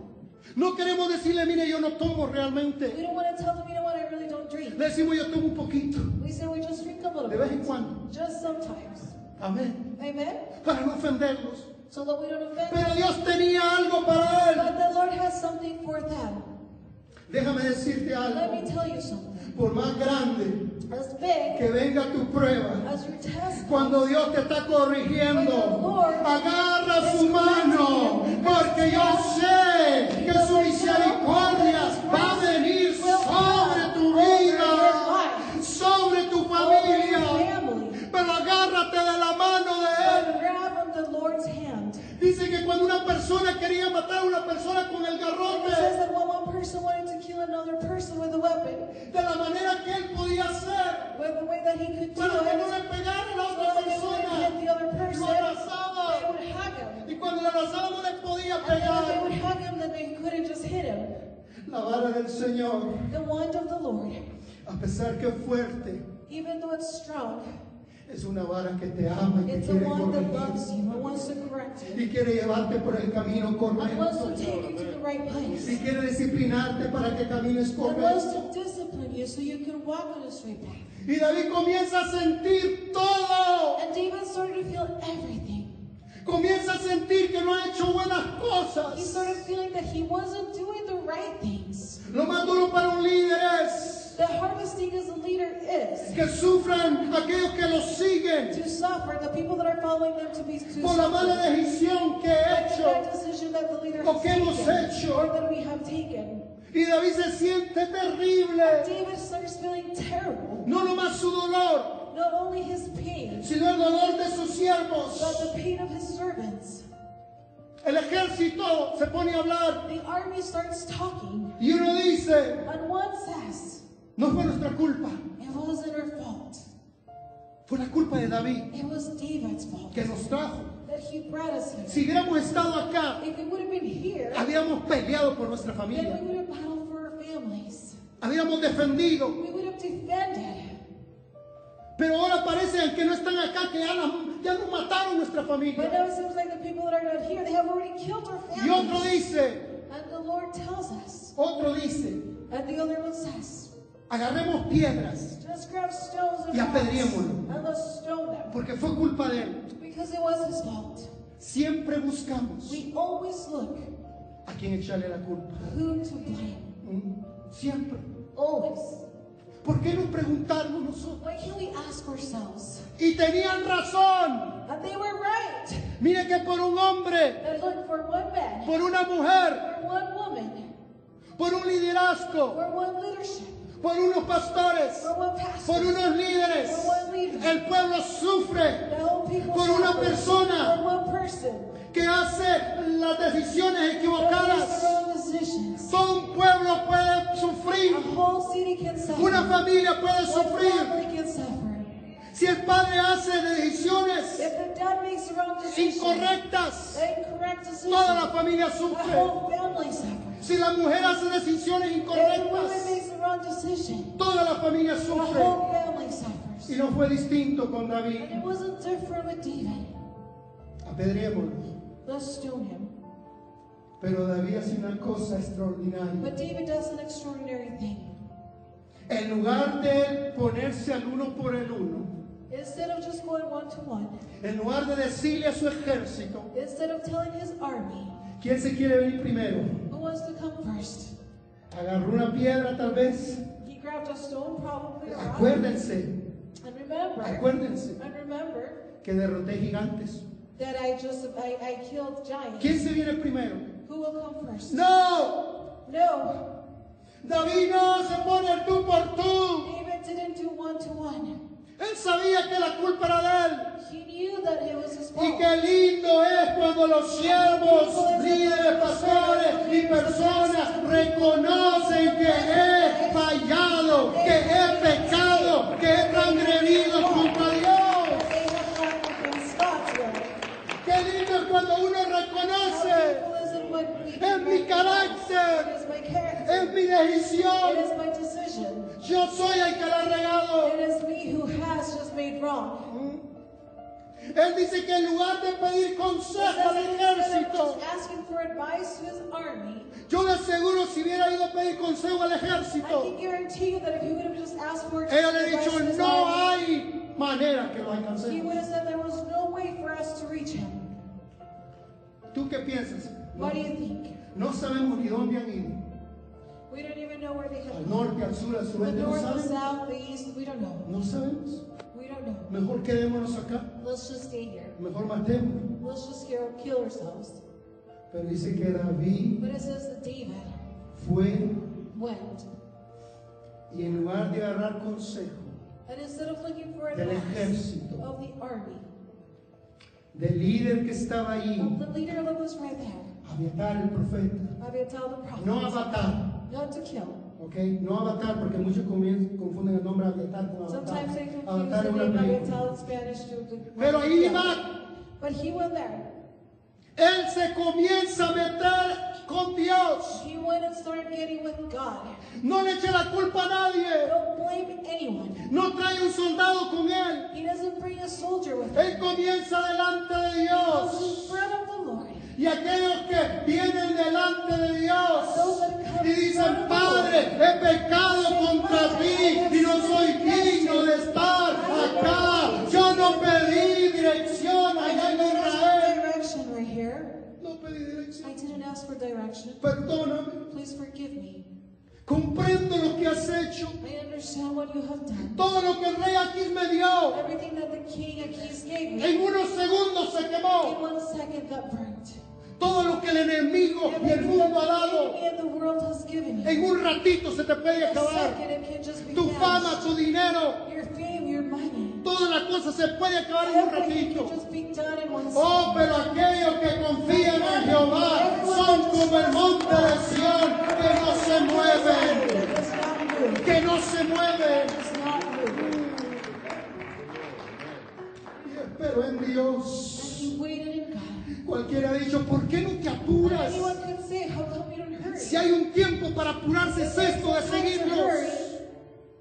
S1: No queremos decirle, mire, yo no tomo
S2: We
S1: realmente.
S2: don't want to tell them, you know what, I really don't drink.
S1: Le decimos, yo tomo un poquito,
S2: We say we just drink a little
S1: de vez en
S2: bit.
S1: cuando.
S2: Just sometimes.
S1: Amén.
S2: Amen?
S1: Para no ofenderlos.
S2: So that we don't offend them.
S1: Pero Dios tenía algo para él.
S2: But the Lord has something for them.
S1: Déjame decirte
S2: Let
S1: algo.
S2: me tell you something.
S1: Por más grande
S2: As big
S1: que venga tu prueba,
S2: as your test,
S1: cuando Dios te está corrigiendo, agarra su mano, porque yo sé que su misericordia va a venir sobre tu vida, sobre tu familia.
S2: family,
S1: Pero agárrate de la mano de
S2: grab on the Lord's hand
S1: Él. Dice que cuando una persona quería matar a una persona con el
S2: And it
S1: garrote,
S2: says that when one person wanted to kill another person with a weapon,
S1: de la manera que él podía hacer,
S2: with the way that he could do
S1: para que no
S2: it,
S1: le pegara a la
S2: so
S1: otra
S2: that they wouldn't
S1: persona,
S2: hit the other person,
S1: lo
S2: they
S1: abrazaba.
S2: would hug him.
S1: Y cuando lo abrazaba no le podía
S2: And then if they
S1: pegar.
S2: would hug him, then they couldn't just hit him.
S1: La vara del Señor,
S2: The wand of the Lord,
S1: a pesar que es fuerte,
S2: even though it's strong,
S1: es una vara que te ama y que
S2: it's a
S1: quiere
S2: wand that loves
S1: corregir.
S2: you, it wants to correct you,
S1: Y quiere llevarte por el camino
S2: it wants
S1: correcto.
S2: to take you to the right place,
S1: Y
S2: it
S1: quiere disciplinarte para que camines correcto.
S2: wants to discipline you so you can walk on the straight path.
S1: Y David comienza a sentir todo.
S2: And David started to feel everything.
S1: Comienza a sentir que no ha hecho buenas
S2: He
S1: cosas.
S2: started feeling that he wasn't doing the right things.
S1: Lo más duro para un líder es
S2: The hardest thing as a leader is
S1: que sufran aquellos que lo siguen
S2: to suffer the people that are following them to be to
S1: por la
S2: suffer.
S1: mala decisión que
S2: By
S1: he
S2: the
S1: hecho.
S2: bad decision that the leader
S1: ¿O
S2: has
S1: qué hemos
S2: taken,
S1: hecho?
S2: or that we have taken.
S1: Y David se siente terrible.
S2: David starts feeling terrible.
S1: No nomás su dolor,
S2: Not only his pain,
S1: sino el dolor de sus
S2: but
S1: siervos.
S2: the pain of his servants.
S1: El ejército se pone a hablar
S2: The army starts talking,
S1: y uno dice,
S2: and one says,
S1: no fue nuestra culpa,
S2: It wasn't her fault.
S1: fue la culpa de David
S2: It was David's fault
S1: que nos trajo.
S2: that he brought us here.
S1: Si hubiéramos estado acá,
S2: If we would have been here,
S1: habíamos peleado por nuestra familia.
S2: then we would have battled for our families.
S1: habíamos defendido,
S2: We would have defended.
S1: pero ahora parecen que no están acá, que ya, la- ya nos mataron nuestra
S2: But
S1: familia.
S2: now it seems like the people that are not here, they have already killed our
S1: Y otro
S2: families.
S1: dice,
S2: And the Lord tells us,
S1: otro dice,
S2: and the other one says,
S1: agarremos piedras
S2: Just grab stones and
S1: Y
S2: rocks
S1: apedreémoslo.
S2: and let's stone them.
S1: porque fue culpa de él.
S2: Because it was his fault.
S1: Siempre buscamos
S2: We always look
S1: a quien echarle la culpa.
S2: who to blame.
S1: Mm, Siempre.
S2: Always.
S1: ¿Por qué no preguntarnos nosotros?
S2: Why can't we ask ourselves?
S1: Y tenían razón.
S2: And they were right.
S1: Mire que por un hombre,
S2: That look, for one man,
S1: por una mujer,
S2: for one woman,
S1: por un liderazgo,
S2: for one leadership,
S1: por unos pastores,
S2: for one pastor,
S1: por unos líderes, el pueblo sufre.
S2: the whole people
S1: por una
S2: suffer.
S1: persona.
S2: For one person.
S1: que hace las decisiones
S2: Makes the
S1: equivocadas.
S2: wrong decisions.
S1: Todo un pueblo puede
S2: A
S1: sufrir,
S2: whole city can suffer.
S1: una familia puede
S2: One
S1: sufrir.
S2: family can suffer.
S1: Si el padre hace decisiones
S2: If the dad makes the wrong decision,
S1: incorrectas,
S2: the incorrect decision,
S1: toda la familia
S2: the
S1: sufre.
S2: whole family suffers.
S1: Si la mujer hace decisiones
S2: If the woman
S1: incorrectas,
S2: makes the wrong decision,
S1: toda la familia
S2: the
S1: sufre.
S2: whole family
S1: Y
S2: suffers.
S1: no fue distinto con
S2: And
S1: David.
S2: it wasn't different with David.
S1: Apedrémoslo.
S2: Let's stone him.
S1: Pero David hace una cosa extraordinaria.
S2: But David does an extraordinary thing.
S1: En lugar de él ponerse al uno por el uno,
S2: Instead of just going one to one,
S1: en lugar de decirle a su ejército,
S2: instead of telling his army
S1: ¿Quién se quiere venir primero?
S2: who wants to come first,
S1: Agarró una piedra tal vez.
S2: he grabbed a stone, probably a rock,
S1: Acuérdense,
S2: and remember,
S1: acuérdense
S2: and remember
S1: que derroté gigantes.
S2: that I just I, I killed giants.
S1: ¿Quién se viene primero?
S2: Who will come first?
S1: No,
S2: No,
S1: David no se pone el tú por tú.
S2: David didn't do one to one.
S1: Él sabía que la culpa era de él.
S2: He knew that it was his
S1: Y
S2: fault.
S1: qué lindo es cuando los siervos, líderes, pastores y personas reconocen que he fallado, que he pecado, que he transgredido contra Dios.
S2: They have not been stopped yet.
S1: Qué lindo es cuando uno
S2: How
S1: reconoce,
S2: beautiful is it when we
S1: es mi
S2: It
S1: carácter,
S2: is my character.
S1: es mi
S2: It
S1: decisión,
S2: is my decision.
S1: yo soy el que la ha regado.
S2: It is me who has just made wrong.
S1: Él dice que en lugar de pedir consejo al
S2: Instead of
S1: ejército,
S2: just asking for advice to his army,
S1: yo le aseguro si hubiera ido a pedir consejo al
S2: I
S1: ejército,
S2: can guarantee you that if he would have just asked for
S1: ella le ha
S2: advice
S1: dicho,
S2: to his
S1: no
S2: army,
S1: hay manera que lo
S2: he
S1: alcancemos.
S2: would have said there was no way for us to reach him.
S1: ¿Tú qué piensas?
S2: What do you think?
S1: No sabemos ni dónde han ido,
S2: We don't even know where they have
S1: al norte, al sur, al
S2: The
S1: sureste, no
S2: north, the
S1: sabemos.
S2: south, the east, we don't know.
S1: No sabemos.
S2: We don't know.
S1: Mejor quedémonos acá,
S2: Let's just stay here.
S1: mejor matemos.
S2: Let's just kill, kill ourselves.
S1: Pero dice que David
S2: But it says that David
S1: fue
S2: went.
S1: y en lugar de agarrar consejo,
S2: And instead of looking for
S1: Del
S2: advice
S1: ejército.
S2: of the army,
S1: del líder que estaba
S2: of
S1: ahí,
S2: the leader of Abuzrathab,
S1: Abiatar el profeta.
S2: Abiathar the prophet,
S1: No Avatar,
S2: not to kill.
S1: ¿ok? No Avatar, porque muchos comien- confunden el nombre Abiatar con Avatar.
S2: Sometimes they confuse
S1: Avatar
S2: the
S1: es
S2: name
S1: una película.
S2: Abiathar in Spanish to the
S1: Pero ahí Isaac,
S2: But he went there.
S1: él se comienza a meter con Dios.
S2: He went and started getting with God.
S1: No le eche la culpa a nadie.
S2: Don't blame anyone.
S1: No trae un soldado con él.
S2: He doesn't bring a soldier with him.
S1: Él comienza delante de
S2: Goes in
S1: Dios.
S2: front of the Lord.
S1: Y aquellos que vienen delante de Dios y dicen, Padre, he pecado contra ti y no soy digno de estar acá. Yo no pedí dirección
S2: I
S1: allá en
S2: didn't ask
S1: Israel.
S2: for direction right here.
S1: No pedí dirección.
S2: I didn't ask for direction.
S1: Perdóname.
S2: Please forgive me.
S1: Comprendo lo que has hecho.
S2: I understand what you have done.
S1: Todo lo que el rey Aquís me dio.
S2: Everything that the king Achilles gave me,
S1: En unos segundos se
S2: in
S1: quemó.
S2: one second got burnt.
S1: Todo lo que el enemigo y el
S2: Everything that
S1: mundo ha
S2: the
S1: dado.
S2: enemy and the world has given you.
S1: En un ratito se te puede
S2: In a
S1: acabar.
S2: second, it can just be
S1: Tu fama,
S2: dashed.
S1: tu dinero,
S2: Your fame, your money.
S1: toda la cosa se puede acabar en un
S2: Everything can
S1: ratito.
S2: just be done in one second.
S1: Oh, pero aquellos que confían en Jehová son como el monte de Sión, que no se mueven,
S2: It does not move.
S1: que no se mueven.
S2: It does not move.
S1: Y espero en
S2: And
S1: Dios.
S2: he waited in God.
S1: Cualquiera ha dicho, ¿por qué no te apuras?
S2: Anyone can say, how come you don't hurry?
S1: Si hay un tiempo para apurarse, es esto de seguirlos,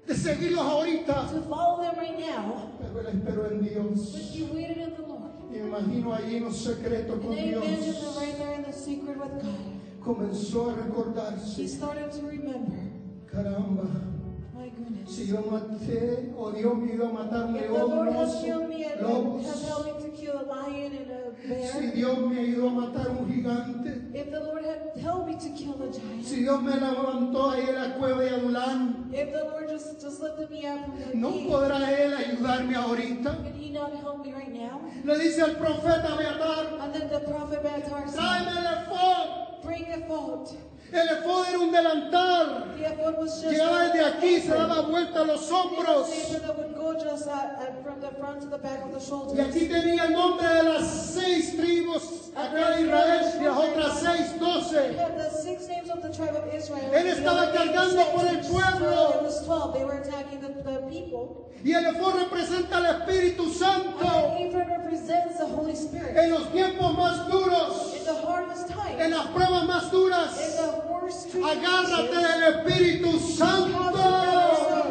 S1: de seguirlos ahorita.
S2: To follow them right now,
S1: Pero él esperó en
S2: but
S1: Dios.
S2: he waited in the Lord.
S1: Y me imagino ahí en un secreto
S2: And
S1: con
S2: I imagine that
S1: Dios.
S2: right there in the secret with God,
S1: comenzó a
S2: he
S1: recordarse,
S2: started to remember,
S1: caramba,
S2: my goodness,
S1: si yo maté o Dios me iba a matar me
S2: if
S1: iba a
S2: the
S1: un
S2: Lord has
S1: oso,
S2: killed me and has
S1: lobos,
S2: helped me to kill a lion and a
S1: si
S2: bear,
S1: Dios me ayudó a matar un gigante,
S2: if the Lord had helped me to kill a giant,
S1: si Dios me levantó ahí en la cueva de Adulán,
S2: if the Lord just, just lifted me up from the
S1: ¿no
S2: cave,
S1: podrá Él ayudarme ahorita?
S2: can he not help me right now?
S1: Le dice al profeta Beatar,
S2: And then the prophet Bathar said,
S1: tráeme el efod,
S2: bring a fault.
S1: el efod era un delantal,
S2: The effort was just
S1: llegaba desde aquí, se
S2: They
S1: daba vuelta a los
S2: had
S1: hombros,
S2: paper that would go just at, at, from the front to the back of the shoulders.
S1: Y aquí tenía el nombre de las seis tribus acá de Israel y las otras seis,
S2: They
S1: doce.
S2: had the six names of the tribe of Israel.
S1: Él estaba
S2: The other
S1: cargando
S2: six,
S1: por el
S2: so
S1: pueblo.
S2: There was 12. They were attacking the, the people.
S1: Y el efod representa al Espíritu Santo
S2: And Ephraim represents the Holy Spirit.
S1: en los tiempos más duros,
S2: In the hardest time,
S1: en
S2: in
S1: las pruebas más duras.
S2: the worst
S1: Agárrate
S2: treatment,
S1: del Espíritu Santo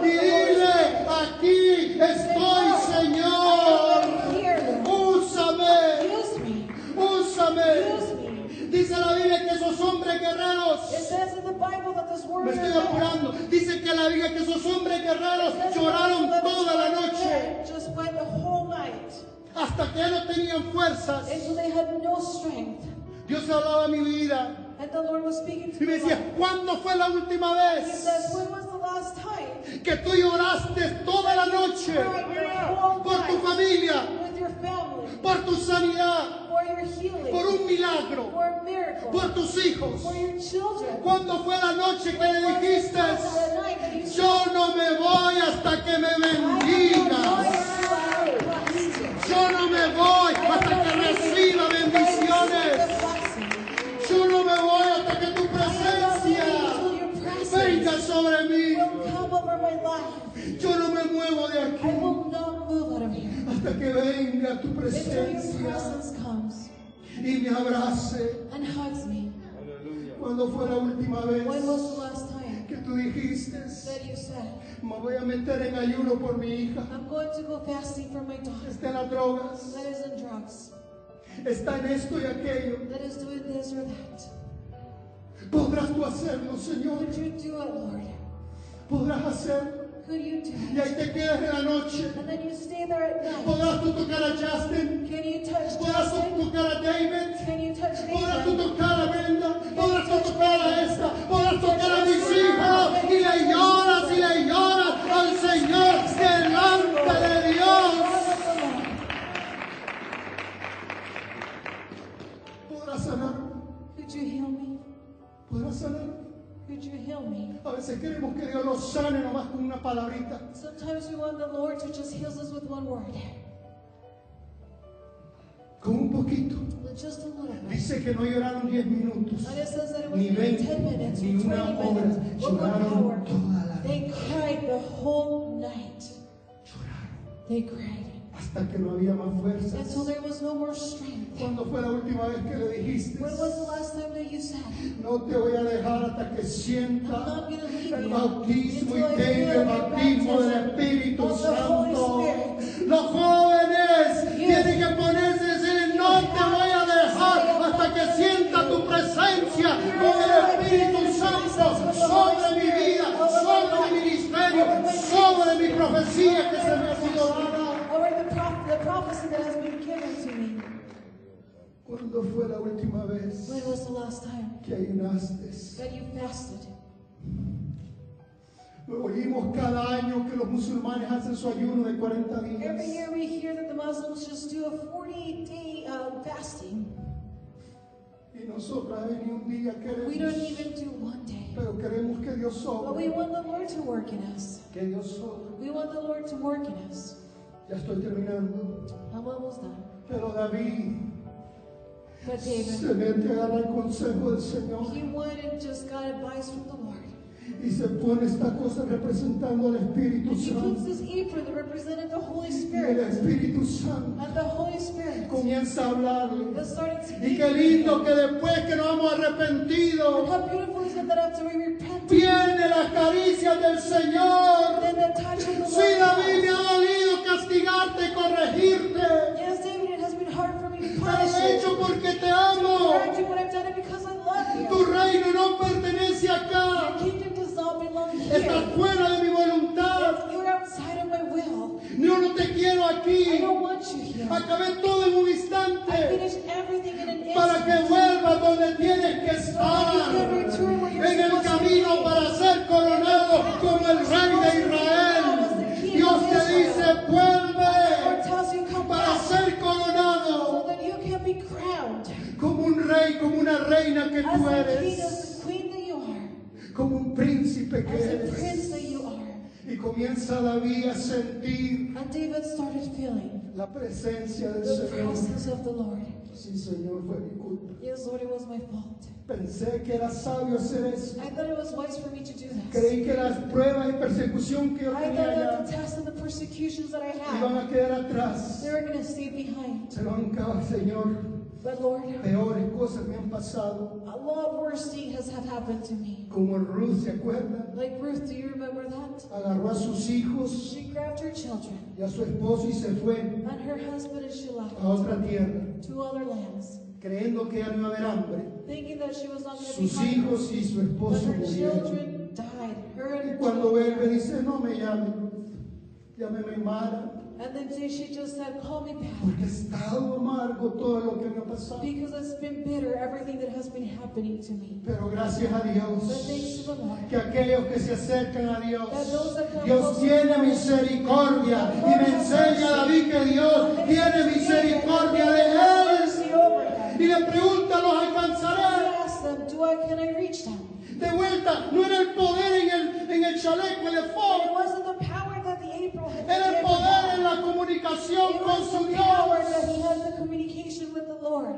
S1: y dile, aquí estoy, Señor.
S2: Here,
S1: Úsame,
S2: use me.
S1: úsame.
S2: Use me.
S1: Dice la Biblia que esos hombres guerreros
S2: It says in the Bible that this word
S1: Me estoy apurando. Dice que la Biblia que esos hombres guerreros lloraron toda la noche
S2: Just went the whole night
S1: hasta que ya no tenían fuerzas.
S2: until they had no strength.
S1: Dios hablaba a mi vida
S2: And the Lord was speaking to
S1: y me
S2: me.
S1: decía, ¿cuándo fue la última
S2: He says,
S1: vez
S2: when was the last time
S1: que tú lloraste toda la noche por tu familia,
S2: with your family,
S1: por tu sanidad,
S2: for your healing,
S1: por un milagro,
S2: for a miracle,
S1: por tus hijos?
S2: for your children?
S1: ¿Cuándo fue la noche que le dijiste,
S2: At night, that you said,
S1: yo no me voy hasta que me
S2: "I have no
S1: bendigas?
S2: life to live."
S1: Yo no me voy hasta que reciba bendiciones. Yo no me voy hasta que tu presencia venga sobre mí. Yo no me muevo de aquí
S2: I will not move out of here
S1: hasta que venga tu
S2: until your
S1: presencia
S2: presence comes
S1: y me abrace.
S2: and hugs me.
S1: Cuando fue la última
S2: When
S1: vez
S2: was the last time
S1: que tú dijiste,
S2: that you said,
S1: me voy a meter en ayuno por mi hija?
S2: I'm going to go fasting for my daughter
S1: Está en las drogas,
S2: that is in drugs,
S1: está en esto y aquello.
S2: that is doing this or that?
S1: Podrás tú hacerlo, Señor.
S2: Could you do it, Lord?
S1: Podrás hacerlo.
S2: Could you do
S1: Y
S2: it?
S1: ahí te quedas en la noche.
S2: And then you stay there at night.
S1: Podrás tú tocar a Justin,
S2: Can you touch
S1: podrás tú
S2: Justin?
S1: tocar a David,
S2: Can you touch
S1: podrás tú
S2: Nathan?
S1: tocar a Brenda, podrás tú tocar a esta, podrás tocar a mis hijos y le lloras y le lloras al Señor delante de Dios. Podrás sanar,
S2: Could you heal me?
S1: podrás sanar.
S2: Could you heal me?
S1: A veces queremos que Dios nos sane nomás con una palabrita.
S2: Sometimes we want the Lord to just heal us with one word.
S1: con un poquito.
S2: with just a little bit.
S1: Dice que no lloraron 10 minutos,
S2: And it says that it was
S1: ni
S2: even
S1: 20,
S2: 10 minutes,
S1: ni
S2: or 20
S1: una hora.
S2: minutes, or one
S1: Lloraron
S2: hour.
S1: toda la noche.
S2: They cried the whole night.
S1: Lloraron
S2: They cried
S1: hasta que no había más fuerzas.
S2: until there was no more strength.
S1: ¿Cuándo fue la última vez que le dijiste?
S2: When was the last time that you said,
S1: No te voy a dejar hasta que
S2: I'm
S1: sienta
S2: not going to leave you
S1: el bautismo intenso,
S2: until I feel
S1: el
S2: the
S1: bautismo del
S2: baptism
S1: Espíritu
S2: of the
S1: Santo.
S2: Holy Spirit.
S1: Los jóvenes
S2: You-
S1: tienen que ponerse y decir, no te voy a dejar hasta que sienta tu presencia con el Espíritu Santo sobre mi vida, sobre mi ministerio, sobre mi profecía que se me ha sido dada.
S2: Over the, prop- the prophecy that has been given to me.
S1: ¿Cuándo fue la última vez
S2: When was the last time
S1: que ayunaste?
S2: that you fasted?
S1: Oímos cada año que los musulmanes hacen su ayuno de 40
S2: Every
S1: días.
S2: year we hear that the Muslims just do a 48 day uh, fasting.
S1: Y nosotros a ni un día
S2: We don't
S1: queremos,
S2: even do one day.
S1: pero queremos que Dios
S2: But we
S1: sobre,
S2: want the Lord to work in us.
S1: que Dios sobre.
S2: We want the Lord to work in us.
S1: Ya estoy terminando.
S2: I'm almost done.
S1: Pero David
S2: But David,
S1: se mete a dar el consejo del Señor
S2: he wanted just got advice from the Lord.
S1: y se pone esta cosa representando al Espíritu
S2: And he puts
S1: Santo.
S2: this apron that represented the Holy
S1: Y el
S2: Spirit.
S1: Espíritu Santo
S2: And the Holy Spirit
S1: comienza a hablarle.
S2: that started
S1: Y qué
S2: speaking.
S1: lindo que después que nos hemos
S2: And
S1: arrepentido,
S2: how beautiful is it that after we repent,
S1: viene las caricias del Señor.
S2: then the touch of the Lord.
S1: Si David me
S2: comes.
S1: ha dolido castigarte y corregirte,
S2: Yes, David, it has been hard for me to
S1: te lo he
S2: punish you.
S1: hecho porque te
S2: Correct
S1: amo.
S2: you, but I've done it because I love you.
S1: Tu reino no pertenece
S2: Your
S1: acá.
S2: kingdom does not belong
S1: Estás
S2: here.
S1: fuera de mi voluntad.
S2: You're outside of my will.
S1: Yo no te quiero
S2: I
S1: aquí.
S2: don't want you here.
S1: Acabé todo en un
S2: I
S1: instante
S2: finished everything in an
S1: para
S2: instant.
S1: que vuelvas donde tienes que estar. En el camino para ser coronado como el rey de Israel. Dios te dice,
S2: The Lord
S1: vuelve
S2: tells you, come
S1: para
S2: back
S1: ser coronado.
S2: so that you can be crowned
S1: como un rey, como una reina que
S2: as
S1: tú
S2: the king,
S1: eres,
S2: as the queen that you are,
S1: como un príncipe que
S2: as the prince
S1: eres.
S2: that you are.
S1: Y comienza David a sentir
S2: And David started feeling
S1: la presencia del
S2: the
S1: Señor.
S2: presence of the Lord.
S1: Sí, Señor, fue mi culpa.
S2: Yes, Lord, it was my fault.
S1: Pensé que era sabio hacer eso.
S2: I thought it was wise for me to do this.
S1: Creí que las pruebas y persecución que yo
S2: I thought
S1: tenía
S2: that the
S1: allá
S2: tests and the persecutions that I
S1: iban
S2: had,
S1: a quedar atrás.
S2: they were going to stay behind.
S1: Se lo han acabado, Señor.
S2: But Lord,
S1: Peores cosas me han pasado.
S2: a lot worse things has have happened to me.
S1: Como Ruth, ¿se acuerdan?
S2: Like Ruth, do you remember that?
S1: Agarró a sus hijos
S2: She grabbed her children
S1: y a su esposo y se fue
S2: and her husband and she left
S1: a otra tierra.
S2: to other lands,
S1: creyendo que ya no iba a haber hambre,
S2: thinking that she was not going to be
S1: sus
S2: hungry.
S1: hijos y su
S2: But
S1: esposo
S2: her
S1: murieron.
S2: children died. Her and
S1: Y
S2: her
S1: cuando
S2: children.
S1: vuelve dice, no me llame, llámeme Mara,
S2: And then she- she just said, "Call me back
S1: porque he estado amargo todo lo que me ha pasado.
S2: because it's been bitter everything that has been happening to me."
S1: Pero gracias a
S2: But thanks to
S1: Dios,
S2: the Lord.
S1: que aquellos que se acercan a Dios, Dios tiene misericordia. Y me enseña David que Dios tiene misericordia de
S2: See
S1: él.
S2: over them.
S1: Y le pregunta, ¿los
S2: I
S1: alcanzaré?
S2: asked them, "Do I can I reach them?"
S1: De vuelta, no era el poder en el, en el chaleco, en el
S2: And
S1: foco.
S2: it wasn't the power that the April had
S1: Era el
S2: given
S1: poder en
S2: him.
S1: la comunicación
S2: It
S1: con
S2: was
S1: su
S2: the power that
S1: Dios.
S2: he had the communication with the Lord.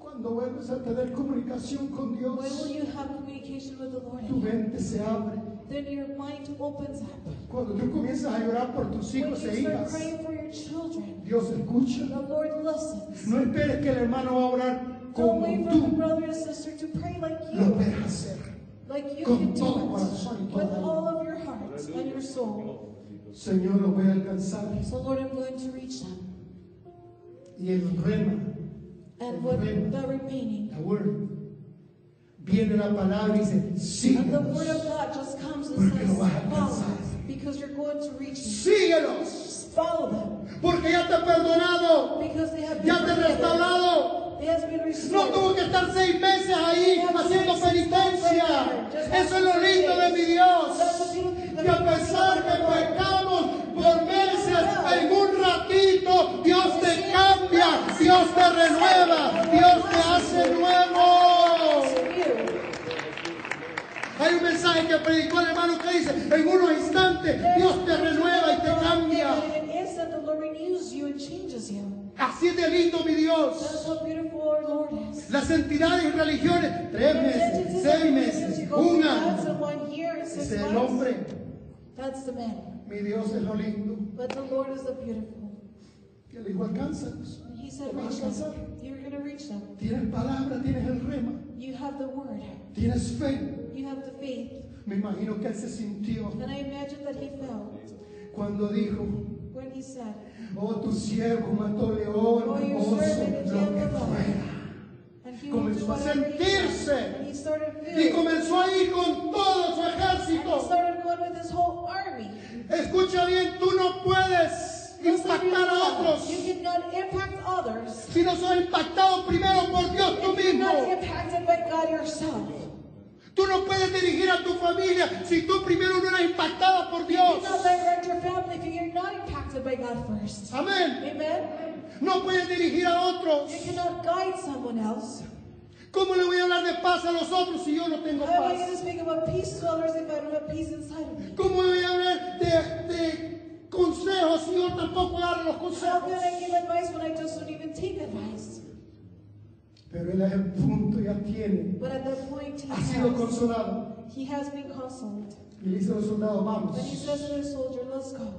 S1: Cuando vuelves a tener comunicación con
S2: When will
S1: Dios,
S2: you have communication with the Lord?
S1: tu mente se abre.
S2: Then your mind opens up.
S1: Cuando tú comienzas a llorar por tus
S2: When you
S1: hijos e
S2: start
S1: hijas,
S2: praying for your children,
S1: Dios escucha.
S2: the Lord listens.
S1: No esperes que el hermano va a orar
S2: Don't
S1: como
S2: wait for the
S1: tú
S2: brother and sister to pray like
S1: lo
S2: you,
S1: esperas hacer.
S2: like you
S1: Con
S2: can do
S1: todo corazón y
S2: it,
S1: toda
S2: with
S1: alma.
S2: all of your heart and your soul.
S1: Señor, lo voy a alcanzar.
S2: So Lord, I'm going to reach them.
S1: Y el rema,
S2: And what
S1: Amen.
S2: the remaining,
S1: la word, viene la palabra y dice,
S2: and the word of
S1: síguelos,
S2: God just comes and
S1: Porque lo
S2: says,
S1: vas a
S2: follow,
S1: alcanzar.
S2: us," because you're going to reach them.
S1: síguelos,
S2: Follow them,
S1: porque ya te he perdonado,
S2: because they have been
S1: ya te he
S2: forgiven.
S1: restaurado.
S2: They have been
S1: No
S2: restored.
S1: tuvo que estar seis meses ahí haciendo penitencia. Eso es lo lindo de mi Dios. Que a pesar que pecamos por meses, en un ratito, Dios te cambia, Dios te renueva, Dios te hace nuevo. Hay un mensaje que predicó el hermano que dice, en unos instantes, Dios te renueva y te cambia.
S2: In an instant, the Lord renews you and changes you.
S1: Así es de lindo mi Dios.
S2: That's how beautiful our Lord is.
S1: Las entidades y religiones, tres meses, seis meses, un
S2: That's
S1: año.
S2: the one year and six
S1: Ese es el
S2: months.
S1: hombre.
S2: That's the man.
S1: Mi Dios es lo lindo.
S2: But the Lord is the beautiful.
S1: Y él dijo, alcánzalos.
S2: And He said,
S1: Te vas
S2: reach
S1: a alcanzar.
S2: them. You're going to reach them.
S1: Tienes palabra, tienes el rema,
S2: You have the word.
S1: tienes fe.
S2: You have the faith.
S1: Me imagino que él se sintió
S2: And I imagine that he felt
S1: cuando dijo,
S2: when he said,
S1: oh tu siervo mató león,
S2: Oh, your
S1: oso,
S2: servant is
S1: lo que
S2: yet alive."
S1: fuera.
S2: and he will
S1: Comenzó
S2: do
S1: a
S2: whatever he
S1: sentirse.
S2: can. And he started
S1: Y
S2: feeling.
S1: comenzó a ir con todo su
S2: And he
S1: ejército.
S2: started going with his whole army.
S1: Escucha bien, tú no puedes impactar a
S2: You
S1: otros
S2: cannot impact others.
S1: si no sos impactado primero por Dios tú
S2: You're not
S1: mismo.
S2: impacted by God yourself.
S1: Tú no puedes dirigir a tu familia si tú primero no eres impactado por
S2: You cannot
S1: Dios.
S2: direct your family if you're not impacted by God first.
S1: Amén.
S2: Amen?
S1: No puedes dirigir a otros.
S2: You cannot guide someone else.
S1: ¿Cómo le voy a hablar de paz a los otros si yo no tengo
S2: I want you
S1: paz?
S2: to speak about peace to others if I don't have peace inside of me.
S1: ¿Cómo le voy a hablar de, de consejos si yo tampoco dar los
S2: How can
S1: consejos?
S2: I give advice when I just don't even take advice?
S1: Pero él es el punto, ya tiene.
S2: But at that point, he
S1: Ha sido
S2: has,
S1: consolado.
S2: he has been consoled.
S1: Y le dice a los soldados,
S2: When he
S1: vamos.
S2: says to the soldier, let's go.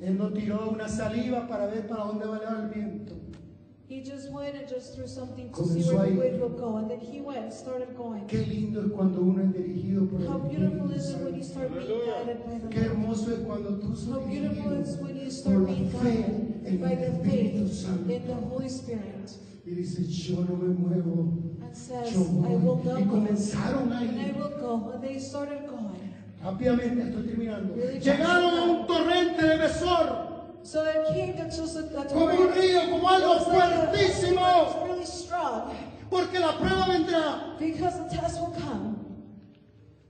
S1: Él no tiró una saliva para ver para dónde va a llevar el viento.
S2: He just went and just threw something to
S1: Comenzó
S2: see where the
S1: ahí.
S2: wind will go. And then he went, started going.
S1: Qué lindo es cuando uno es dirigido por el
S2: How beautiful
S1: Espíritu
S2: is it when
S1: Santo.
S2: you start being guided by the
S1: Qué
S2: Lord?
S1: hermoso es cuando tú
S2: How
S1: sos
S2: beautiful it's
S1: dirigido
S2: when you
S1: por
S2: start
S1: la fe
S2: being guided
S1: en
S2: by
S1: el
S2: the
S1: Espíritu
S2: faith
S1: Santo.
S2: in the Holy Spirit.
S1: Y dice, yo no me muevo.
S2: And says, I
S1: Yo voy.
S2: will not
S1: Y
S2: go.
S1: comenzaron a
S2: And I
S1: ir.
S2: will go. And they started going.
S1: Rápidamente estoy terminando. Llegaron a un torrente de besor,
S2: So they came to just a, a
S1: como un río, como algo
S2: It was like a- it was
S1: fuertísimo,
S2: really strong
S1: porque la prueba vendrá.
S2: because the test will come.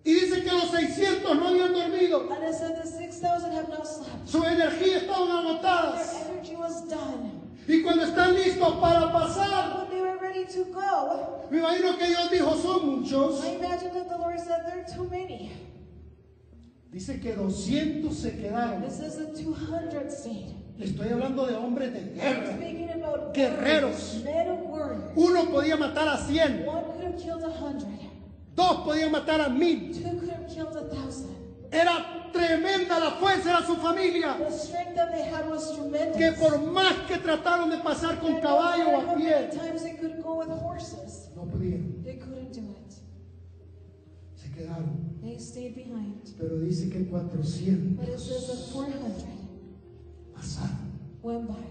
S1: Y dice que los 600 no habían dormido,
S2: And it said the 6,000 have not slept.
S1: sus energías estaban
S2: Their
S1: agotadas.
S2: energy was done.
S1: Y cuando están listos para pasar,
S2: When they were ready to go,
S1: me imagino que Dios dijo, son muchos.
S2: I imagine that the Lord said, There are too many.
S1: Dice que 200 se quedaron.
S2: This is the 200 seed.
S1: Estoy hablando de hombres de
S2: We're
S1: guerra.
S2: speaking about
S1: Guerreros.
S2: men of warriors.
S1: Uno podía matar a 100,
S2: One could have killed a hundred.
S1: dos podían matar a 1000.
S2: Two could have killed a thousand.
S1: Era tremenda la fuerza, era su familia.
S2: The strength that they had was tremendous.
S1: que por más que trataron de pasar con caballo o a
S2: How
S1: pie,
S2: many times they could go with horses?
S1: no pudieron,
S2: They couldn't do it.
S1: se quedaron.
S2: They stayed behind.
S1: Pero dice que
S2: But it
S1: 400
S2: says that 400
S1: pasaron.
S2: went by.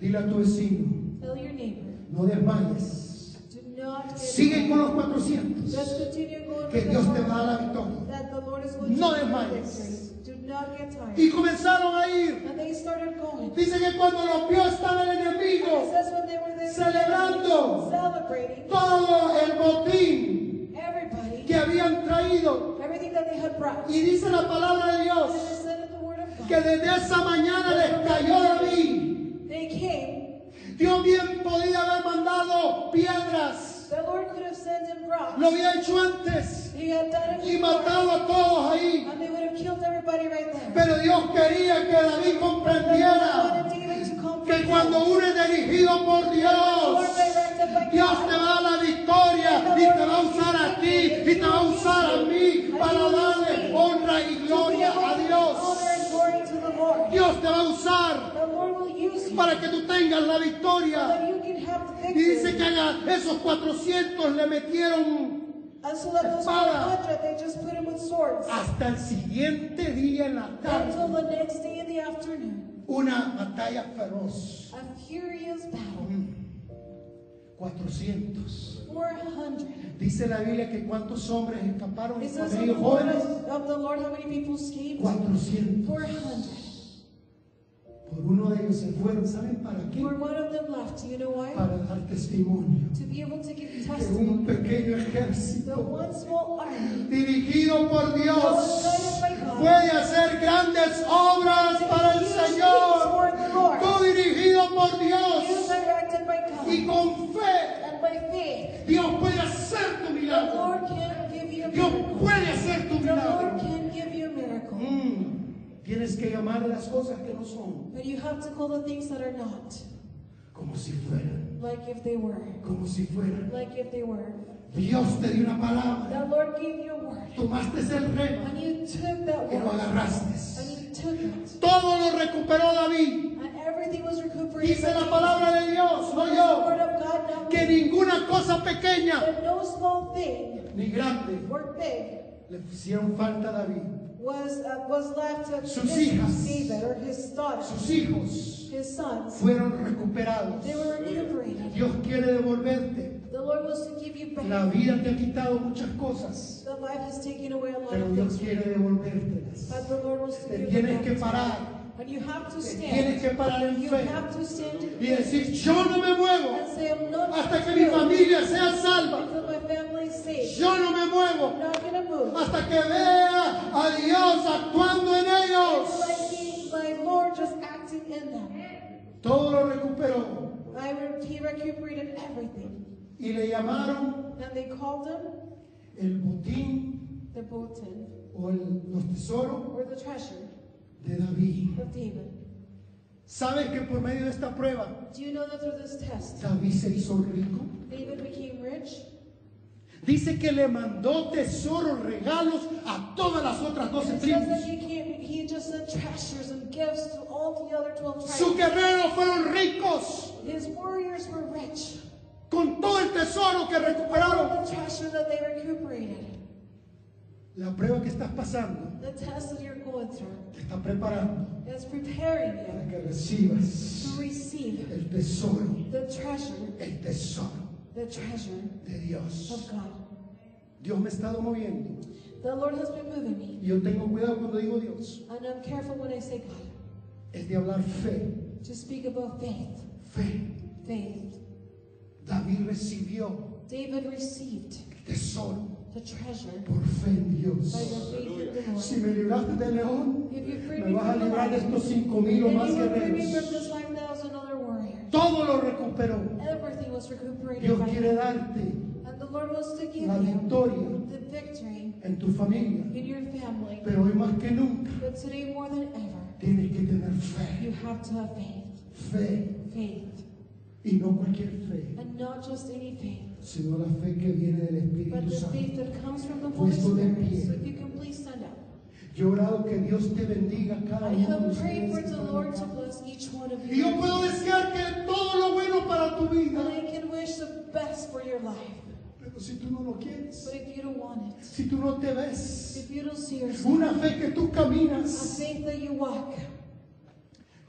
S1: Dile a tu vecino,
S2: Tell your neighbor,
S1: no desmayes,
S2: do not get
S1: sigue
S2: tired.
S1: con los 400,
S2: Just continue going
S1: que
S2: with the
S1: Dios te
S2: Lord.
S1: va a dar la victoria.
S2: That the Lord is going
S1: No
S2: to give you
S1: desmayes.
S2: victory. Do not get tired.
S1: Y comenzaron a ir.
S2: And they started going.
S1: Dice que cuando los vio estaba el
S2: It
S1: enemigo,
S2: says when they were there
S1: Celebrando.
S2: celebrating
S1: todo el botín
S2: everybody,
S1: que habían traído.
S2: everything that they had brought.
S1: Y dice la palabra de
S2: And it
S1: Dios,
S2: said in the word of
S1: que
S2: God,
S1: desde esa mañana les cayó David.
S2: they came.
S1: Dios bien podía haber mandado piedras,
S2: The Lord could have sent them
S1: lo
S2: rocks.
S1: había hecho antes
S2: He had done
S1: y
S2: it before.
S1: matado a todos ahí.
S2: And they would have killed everybody right there.
S1: Pero Dios quería que David
S2: But he
S1: comprendiera
S2: wanted David to
S1: que
S2: comprehend.
S1: cuando uno es dirigido por Dios, Dios te va a dar la victoria y te va a usar a ti y te va a usar a mí para darle honra y gloria a Dios.
S2: Honor and glory to the Lord.
S1: Dios te va a usar
S2: The Lord will use you so
S1: para que tú tengas la victoria.
S2: that you can have the
S1: Y dice
S2: victory.
S1: que a esos 400 le metieron
S2: And so that those
S1: Espada.
S2: 400, they just put him with swords.
S1: hasta el siguiente día en la
S2: Until
S1: tarde,
S2: the next day in the afternoon,
S1: una batalla feroz.
S2: a furious battle.
S1: 400.
S2: 400.
S1: Dice la Biblia que cuántos hombres escaparon y
S2: It says
S1: cuántos
S2: in the word
S1: jóvenes.
S2: of the Lord how many people escaped?
S1: 400.
S2: 400.
S1: Por uno de ellos se fueron. ¿Saben para qué?
S2: Where one of them left. You know why?
S1: Para dar testimonio.
S2: To be able to give
S1: Que un
S2: testimony.
S1: pequeño
S2: The
S1: ejército
S2: one small army
S1: dirigido por Dios
S2: Guided by God.
S1: puede hacer grandes obras para el
S2: Huge things
S1: Señor.
S2: for the Lord.
S1: Tú dirigido por
S2: You
S1: Dios
S2: directed by God.
S1: y con fe,
S2: And by faith,
S1: Dios puede hacer tu
S2: the
S1: milagro.
S2: Lord can give you a
S1: Dios
S2: miracle.
S1: puede hacer tu
S2: The Lord
S1: milagro.
S2: can give you a miracle.
S1: Mm, Tienes que llamar a las cosas que no son.
S2: But you have to call the things that are not.
S1: como si fueran,
S2: like if they were.
S1: como si fueran.
S2: Like if they were.
S1: Dios te dio una palabra,
S2: The Lord gave you a word,
S1: tomaste el rema
S2: and you took that
S1: y lo
S2: word,
S1: agarraste.
S2: and you took it,
S1: Todo lo recuperó David.
S2: and everything was recuperated.
S1: Dice la palabra de Dios, no
S2: What is the
S1: yo,
S2: word of God now?
S1: que ninguna cosa pequeña
S2: That no small thing
S1: ni grande
S2: or big
S1: le hicieron falta a David.
S2: was uh, was left to
S1: Sus
S2: his
S1: hijas.
S2: David or his daughters,
S1: Sus hijos
S2: his sons.
S1: fueron recuperados.
S2: They were recuperated.
S1: Dios quiere devolverte.
S2: The Lord wants to give you
S1: La
S2: back.
S1: vida te ha quitado muchas cosas,
S2: The life has taken away a lot
S1: pero
S2: of
S1: Dios
S2: things,
S1: quiere devolvértelas.
S2: but the Lord wants to
S1: Te
S2: give you
S1: tienes que
S2: back.
S1: parar,
S2: And you have to
S1: te tienes
S2: stand.
S1: que parar en
S2: You
S1: fe
S2: have to stand
S1: y decir, yo no me
S2: and
S1: muevo
S2: say, I'm not
S1: hasta que
S2: gonna
S1: mi
S2: move
S1: familia sea salva.
S2: until my family is safe.
S1: Yo no me
S2: I'm
S1: muevo
S2: not gonna move.
S1: hasta que vea a Dios actuando en
S2: Until I
S1: ellos.
S2: see my Lord just acting in them.
S1: Todo lo recuperó
S2: I re- he recuperated everything.
S1: y le llamaron
S2: And they called him
S1: el botín
S2: the Botan
S1: o el- los tesoros
S2: or the treasure
S1: de David.
S2: of David.
S1: ¿Sabes que por medio de esta prueba
S2: Do you know that through this test,
S1: David se hizo rico?
S2: David became rich?
S1: Dice que le mandó tesoros, regalos a todas las otras doce
S2: It says that
S1: tribus.
S2: he, came, he just sent treasures and gifts to all the other 12
S1: Sus
S2: tribes.
S1: guerreros fueron ricos
S2: His warriors were rich.
S1: con todo el tesoro que recuperaron.
S2: All the treasure that they recuperated.
S1: La prueba que estás pasando
S2: The test that you're going through
S1: te está preparando
S2: is preparing
S1: para
S2: you
S1: que recibas
S2: to receive
S1: el tesoro,
S2: the treasure,
S1: el tesoro
S2: the treasure
S1: de Dios.
S2: of God.
S1: Dios me ha estado moviendo
S2: The Lord has been moving me.
S1: y yo tengo cuidado cuando digo Dios.
S2: And I'm careful when I say God.
S1: Es de hablar fe,
S2: To speak about faith.
S1: fe.
S2: Faith.
S1: David recibió
S2: David received
S1: el tesoro
S2: the treasure
S1: por fe en
S2: by
S1: Dios.
S2: your faith in the Lord.
S1: Si me libraste del león,
S2: If you free
S1: me
S2: me
S1: vas a
S2: from the
S1: librar de
S2: lion,
S1: estos cinco
S2: and
S1: mil
S2: you
S1: o más
S2: will free me from
S1: guerreros.
S2: this 5,000 other warriors.
S1: Todo lo recuperó.
S2: Everything was recuperated
S1: Dios
S2: by
S1: quiere
S2: you.
S1: darte
S2: And the Lord wants to give
S1: la
S2: you
S1: victoria
S2: the victory
S1: en tu familia.
S2: in your family.
S1: Pero hoy más que nunca
S2: But today more than ever,
S1: tienes que tener fe.
S2: you have to have faith.
S1: Fe.
S2: Faith.
S1: Y no cualquier fe,
S2: And not just any faith,
S1: sino la fe que viene del
S2: but
S1: Espíritu
S2: the
S1: Santo.
S2: faith that comes from the Holy
S1: Puesto de
S2: Spirit.
S1: pie.
S2: So if you can please stand up.
S1: Yo he orado que Dios te bendiga a cada
S2: I
S1: uno de
S2: have prayed
S1: ustedes.
S2: for the Lord to bless each one of
S1: Y yo
S2: you.
S1: puedo desear que todo lo bueno para tu
S2: And I
S1: vida.
S2: can wish the best for your life.
S1: Pero si tú no lo
S2: But
S1: quieres,
S2: if you don't want it,
S1: si tú no te ves,
S2: if you don't see yourself,
S1: una fe que tú
S2: a
S1: caminas.
S2: faith that you walk.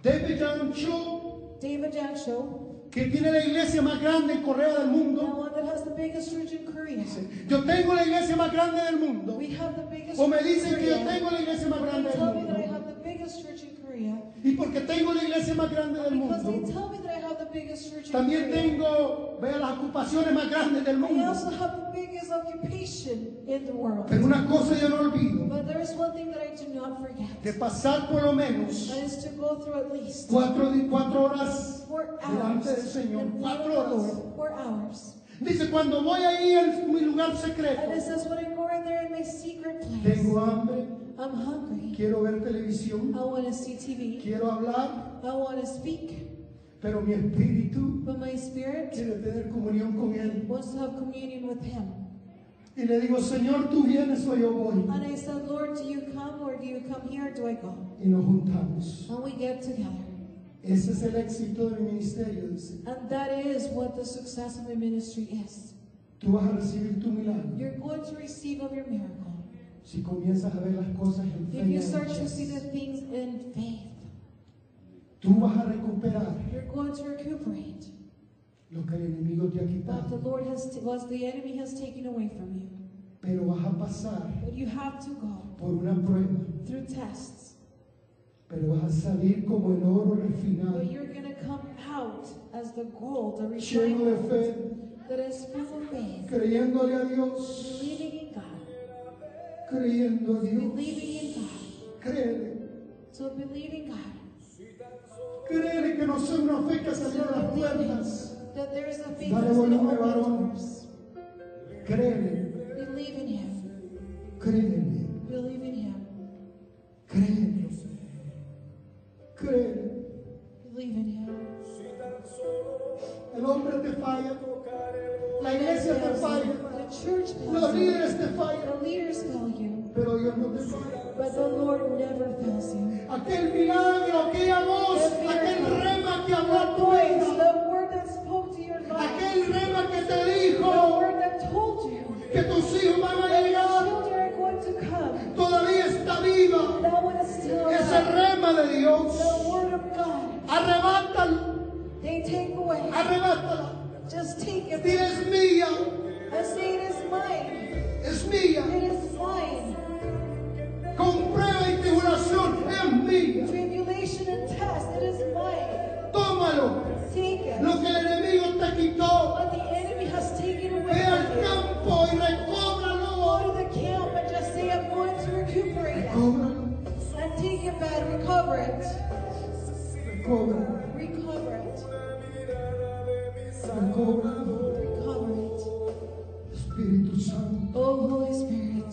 S1: David Ancho,
S2: David Jackson,
S1: que tiene la iglesia más grande en Corea del
S2: the
S1: mundo,
S2: one that has the biggest church in Korea.
S1: dice, yo tengo la iglesia más grande del mundo.
S2: We have the biggest
S1: O me
S2: church in
S1: dicen que yo
S2: Korea.
S1: tengo la iglesia más
S2: Or
S1: grande
S2: they
S1: del
S2: tell me that I
S1: mundo.
S2: have the biggest church in Korea.
S1: Y porque tengo la iglesia más grande del
S2: Because they
S1: mundo,
S2: tell me that I have the biggest church in
S1: también
S2: Korea.
S1: tengo, vea, las ocupaciones más grandes del
S2: I
S1: mundo.
S2: also have the biggest occupation in the world.
S1: Pero una cosa yo no olvido,
S2: But there is one thing that I do not forget.
S1: de pasar por lo menos
S2: That is to go through at least
S1: cuatro, di- cuatro horas.
S2: four
S1: Delante
S2: hours.
S1: del Señor,
S2: in front of
S1: cuatro
S2: the
S1: horas.
S2: Lord, Four hours.
S1: Dice, cuando voy ahí a mi lugar
S2: And it
S1: secreto,
S2: says when I go in there in my secret place,
S1: tengo hambre,
S2: I'm hungry.
S1: quiero ver televisión,
S2: I want to see TV.
S1: quiero hablar,
S2: I want to speak,
S1: pero mi espíritu
S2: but my spirit
S1: quiere tener comunión con Él.
S2: wants to have communion with Him.
S1: Y le digo, Señor, tú vienes o yo voy.
S2: And I said, Lord, do you come or do you come here or do I go?
S1: Y nos juntamos.
S2: And we get together.
S1: Ese es el éxito de mi ministerio. dice.
S2: And that is what the success of a ministry is.
S1: Tú vas a recibir tu milagro
S2: You're going to receive of your miracle
S1: si comienzas a ver las cosas en fe.
S2: if
S1: y
S2: you start to
S1: anchas.
S2: see the things in faith.
S1: Tú vas a recuperar
S2: You're going to recuperate
S1: lo que el enemigo te ha
S2: what the
S1: quitado,
S2: Lord has, was the enemy has taken away from you.
S1: pero vas a pasar
S2: But you have to go
S1: por una prueba,
S2: through tests.
S1: pero vas a salir como el oro refinado,
S2: But you're going to come out as the gold, the
S1: lleno
S2: refined
S1: de
S2: gold
S1: fe,
S2: that is full of faith.
S1: creyéndole a Dios,
S2: Believing in God.
S1: creyendo a Dios,
S2: Believing in God.
S1: créele.
S2: So believe in God.
S1: Creer que no soy una fe que salió de
S2: So
S1: las
S2: believing
S1: puertas.
S2: that there is a faith
S1: Dale
S2: that's going to
S1: volumen, varón.
S2: open doors.
S1: Créeme,
S2: Believe in Him.
S1: créeme,
S2: Believe in Him.
S1: créeme. Créeme.
S2: Believe in Him.
S1: iglesias te fallan,
S2: The church
S1: los
S2: fails you.
S1: líderes te fallan,
S2: The leaders fail you.
S1: pero Dios no te falla.
S2: But the Lord never fails you.
S1: Aquel milagro, aquella voz, aquel rema que habló a
S2: The
S1: tu
S2: voice,
S1: vida,
S2: the word that spoke to your life,
S1: aquel rema que te
S2: the
S1: dijo
S2: word that told you
S1: que tus hijos van a
S2: that your
S1: llegar,
S2: children are going to come.
S1: todavía está viva.
S2: That one is still
S1: Ese
S2: alive.
S1: rema de
S2: The
S1: Dios,
S2: word of God,
S1: arrebátalo,
S2: they take away.
S1: arrebátala.
S2: Just take it.
S1: Dile, es mía,
S2: I say it is mine.
S1: es mía.
S2: It is mine.
S1: Con prueba y tribulación, es mía.
S2: Tribulation and test, it is mine.
S1: Tómalo.
S2: Take it.
S1: Lo que el enemigo te quitó,
S2: What the enemy has taken away
S1: ve
S2: from
S1: al
S2: you.
S1: campo y recóbralo.
S2: Go to the camp and just say, I'm going to recuperate it.
S1: Recóbralo,
S2: And take it back, recover it.
S1: recóbralo,
S2: Recover it.
S1: recóbralo.
S2: Recover it.
S1: Espíritu Santo,
S2: Oh, Holy Spirit.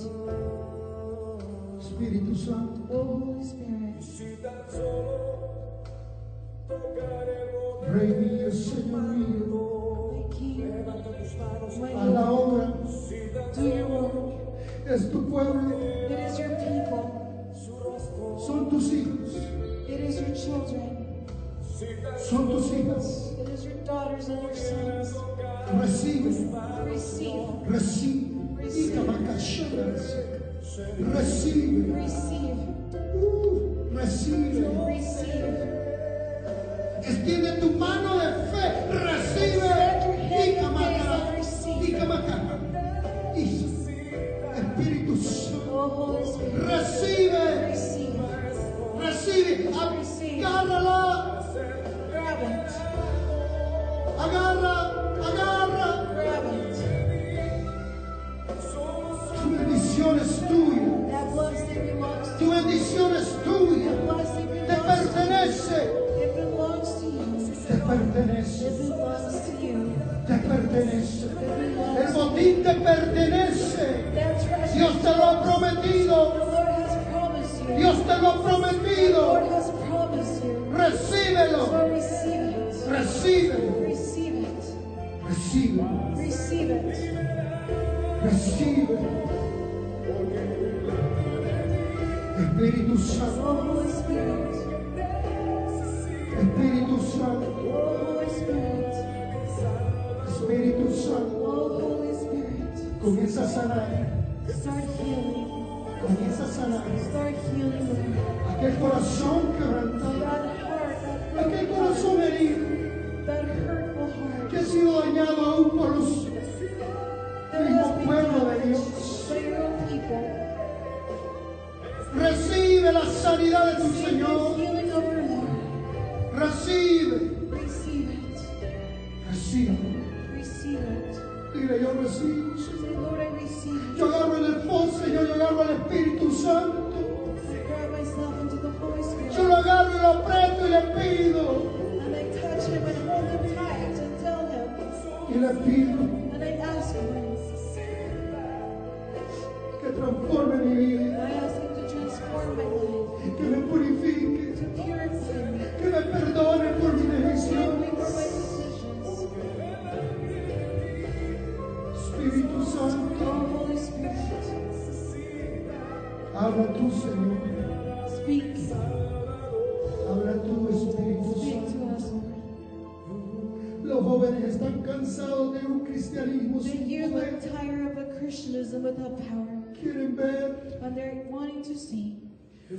S1: Espíritu Santo.
S2: Oh, Holy Spirit.
S1: Rey mío, Señor mío,
S2: My King. My
S1: a la
S2: Lord.
S1: obra
S2: Do your work.
S1: es tu pueblo,
S2: It is your people.
S1: son tus hijos,
S2: It is your children.
S1: son tus hijas.
S2: It is your daughters and your sons.
S1: Recibe,
S2: Receive.
S1: recibe, y cabacachada, recibe,
S2: Receive.
S1: uh, recibe.
S2: Receive.
S1: Extiende tu mano de fe, recibe. Y camacara, y camacara. Espíritu Santo,
S2: Oh, Holy Spirit.
S1: recibe,
S2: Receive.
S1: recibe, agárrala,
S2: Grab it.
S1: agarra, agarra.
S2: Grab it.
S1: Tu bendición es tuya,
S2: That blessing belongs to
S1: tu bendición es tuya,
S2: you. Blessing
S1: te
S2: belongs to
S1: pertenece,
S2: you. It belongs to you.
S1: te pertenece,
S2: It belongs to you.
S1: te pertenece.
S2: It belongs
S1: El botín te pertenece,
S2: That treasure.
S1: Dios te lo ha
S2: The
S1: prometido,
S2: Lord has promised you.
S1: Dios te lo ha
S2: The Lord
S1: prometido.
S2: has promised you.
S1: Recíbelo,
S2: So receive it.
S1: recíbelo,
S2: Receive it.
S1: recíbelo,
S2: Receive it.
S1: recíbelo. Espíritu Santo,
S2: Oh, Holy Spirit.
S1: Espíritu Santo,
S2: Oh, Holy Spirit.
S1: Espíritu Santo,
S2: Oh, Holy Spirit.
S1: comienza a sanar,
S2: Start healing.
S1: comienza a sanar.
S2: Start healing. Lord.
S1: Aquel corazón quebrantado,
S2: That heart, that broken
S1: aquel
S2: heart,
S1: corazón herido
S2: that hurtful heart.
S1: que ha sido dañado aún por los
S2: There
S1: mismo
S2: has been
S1: pueblo de
S2: damage
S1: Dios.
S2: by your own people.
S1: Recibe la sanidad de tu
S2: Receive the
S1: Señor.
S2: healing of your Lord.
S1: Recibe,
S2: Receive it.
S1: recibe.
S2: Receive it.
S1: Dile, yo recibo. Señor.
S2: Say, Lord, I receive it.
S1: Yo agarro el esposo, Señor, yo agarro el Espíritu Santo.
S2: Grab myself into the Holy
S1: Yo
S2: Spirit.
S1: lo agarro y lo aprieto y le pido.
S2: And I touch him and hold him tight and tell him.
S1: Y le pido
S2: And I ask him.
S1: que transforme mi vida,
S2: I ask him to transform my life.
S1: que me purifique,
S2: To purify me.
S1: que me perdone por mi
S2: Forgive me for my
S1: decisión.
S2: decisions.
S1: Espíritu Santo.
S2: Oh, Holy Spirit.
S1: Habla tú, Señor.
S2: Speak.
S1: Habla tú, Espíritu
S2: Speak
S1: Santo.
S2: to us, Lord.
S1: Los jóvenes están cansados de un cristianismo
S2: The
S1: sin
S2: youth
S1: poder.
S2: are tired of a Christianism without power,
S1: Quieren ver
S2: but they're wanting to see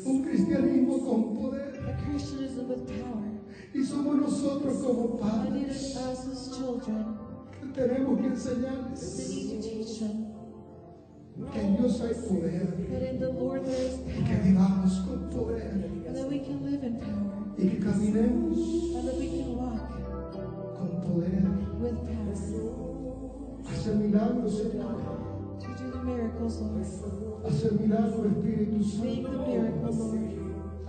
S1: un cristianismo con poder.
S2: a Christianism with power.
S1: Y somos nosotros como
S2: And it
S1: padres
S2: is us as children
S1: que tenemos que
S2: that
S1: enseñarles
S2: need to teach them
S1: que en Dios hay poder.
S2: that in the Lord there is
S1: Y que
S2: power,
S1: vivamos con poder.
S2: and that we can live in power,
S1: Y que caminemos
S2: and that we can walk
S1: con poder.
S2: with power
S1: Hacer milagros, Señor.
S2: to do the miracles, Lord.
S1: Hacer milagros, Espíritu
S2: Make the
S1: Santo.
S2: miracle, Lord.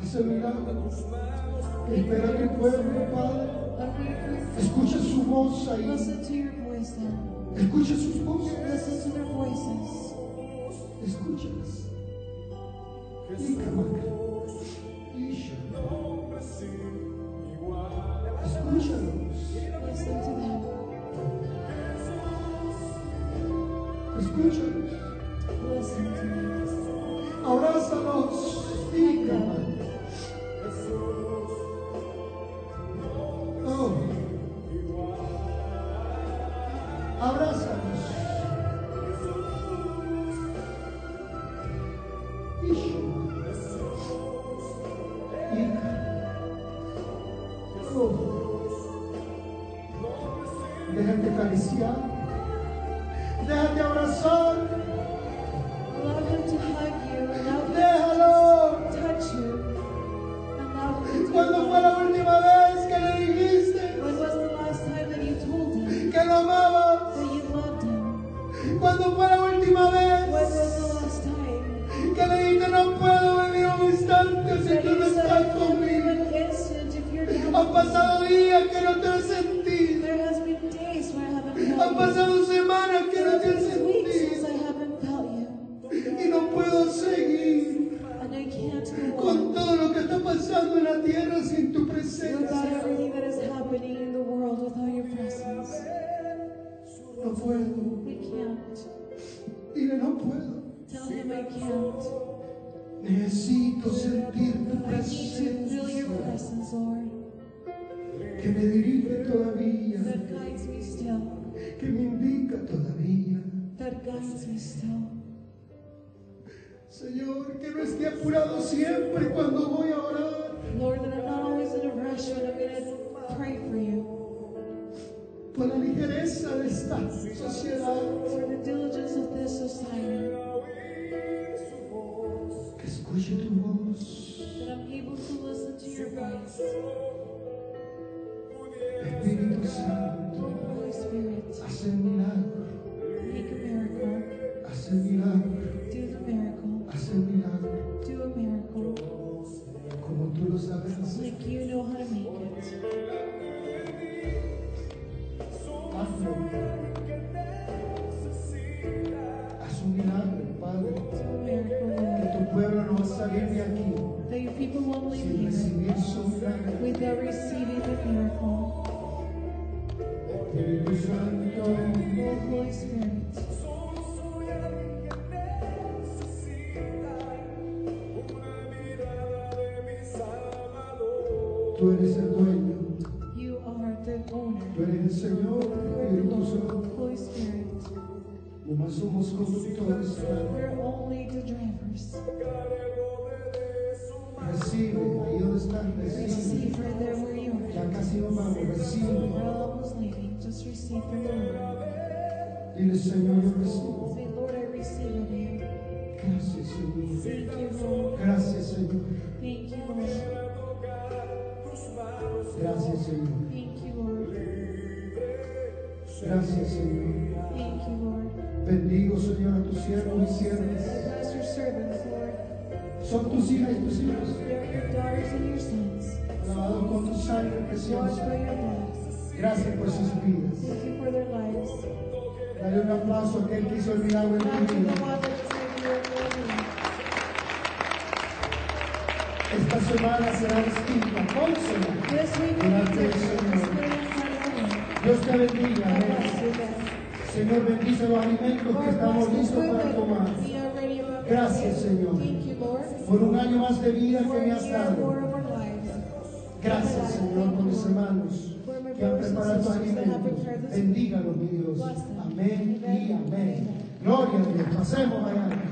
S1: Hacer milagros. Espera que el pueblo, Padre.
S2: Under your voice,
S1: Escucha su voz ahí.
S2: Listen to your voice, Lord.
S1: Escucha sus voces.
S2: Listen to their voices.
S1: Escúchalas. Icamaca. Isha. Escúchalos.
S2: Listen to them.
S1: Escúchanos,
S2: Listen to me.
S1: abrázanos, díganos. Oh. Abrázanos. Hijo. Hija. Oh. Déjate acariciar. Déjate abrazar.
S2: Allow him to hug you. Allow him
S1: Déjalo.
S2: to touch you. Allow him to.
S1: ¿Cuándo fue la última vez que le dijiste
S2: When was the last time that you told him
S1: que lo amabas?
S2: that you loved him?
S1: ¿Cuándo fue la última
S2: When
S1: vez
S2: was the last time
S1: que le dijiste no puedo vivir un instante si
S2: that
S1: tú no
S2: you said
S1: estás
S2: I can't live
S1: conmigo?
S2: an instant if you're not?
S1: Han pasado días que no te he sentido.
S2: There has been days where I haven't
S1: Han
S2: felt you.
S1: pasado semanas que no te he
S2: It's been weeks since
S1: sentido.
S2: I haven't felt you,
S1: Y no puedo seguir
S2: and I can't go
S1: con
S2: on
S1: todo lo que está pasando en la tierra sin tu presencia.
S2: without everything that is happening in the world without your presence.
S1: No puedo.
S2: I can't.
S1: Dile, no puedo.
S2: Tell him I can't.
S1: Necesito sentir tu
S2: I need to feel
S1: presencia.
S2: your presence, Lord,
S1: que me dirige todavía,
S2: that guides me still,
S1: que me indica todavía.
S2: that guides me still.
S1: Señor, que no esté apurado siempre cuando voy a orar.
S2: Lord, that I'm not always in a rush when I'm going to pray for you,
S1: Por la ligereza de esta sociedad.
S2: for the diligence of this society,
S1: Que escuche tu voz.
S2: that I'm able to listen to your voice,
S1: Espíritu Santo,
S2: Holy Spirit.
S1: haz el milagro,
S2: Make a miracle.
S1: haz el milagro,
S2: Do the miracle.
S1: haz el milagro.
S2: Do a miracle.
S1: Como tú lo sabes hacer.
S2: Like you know how to make it.
S1: Hazlo. Haz un milagro, Padre.
S2: Do a miracle,
S1: Que tu pueblo no va a salir de aquí
S2: Lord. That your people won't leave
S1: sin
S2: here
S1: recibir su milagro.
S2: without receiving the miracle.
S1: Espíritu Santo.
S2: Oh, Holy Spirit.
S1: Tú eres el dueño,
S2: You are the owner.
S1: tú eres el Señor,
S2: We're the
S1: Espíritu
S2: Lord.
S1: Santo.
S2: Holy Spirit.
S1: Nomás somos conductores, Padre.
S2: We're only the drivers.
S1: Recibe, ahí donde estás, recibe.
S2: Receive her there where you
S1: Ya casi nos vamos,
S2: are. We're
S1: recibe.
S2: almost leaving. Just receive from the Lord.
S1: Dile, Señor, yo recibo.
S2: Say, Lord, I receive of you.
S1: Gracias, Señor.
S2: Thank you, Lord.
S1: Gracias, Señor.
S2: Thank you, Lord.
S1: Gracias, Señor.
S2: Thank you, Lord.
S1: Gracias, Señor.
S2: Thank you, Lord.
S1: Bendigo, Señor, a tus siervos y siervas.
S2: Bless your servants, Lord.
S1: Son tus hijas y tus hijos.
S2: They're your daughters and your sons.
S1: Alabados con tu sangre
S2: Watch
S1: preciosa.
S2: by your blood.
S1: Gracias por sus vidas.
S2: Thank you for their lives.
S1: Dale un aplauso a aquel que hizo el milagro en
S2: Thank
S1: tu
S2: you,
S1: vida.
S2: the one that saved your family.
S1: Esta semana será distinta. Pónsela.
S2: This week we need to experience our Lord.
S1: Dios te bendiga.
S2: God
S1: amén.
S2: bless you, yes.
S1: Señor, bendice los alimentos que
S2: Lord,
S1: estamos
S2: bless the
S1: listos
S2: food
S1: para tomar.
S2: that we are ready about to
S1: Gracias,
S2: take.
S1: Señor.
S2: Thank you, Lord.
S1: Por un año más de vida que
S2: For
S1: me has
S2: you are more
S1: dado.
S2: of our lives.
S1: Gracias, Señor, por mis hermanos que han preparado estos alimentos. Bendígalos, mi Dios. Amén y amén. Gloria a Dios. Pasemos allá.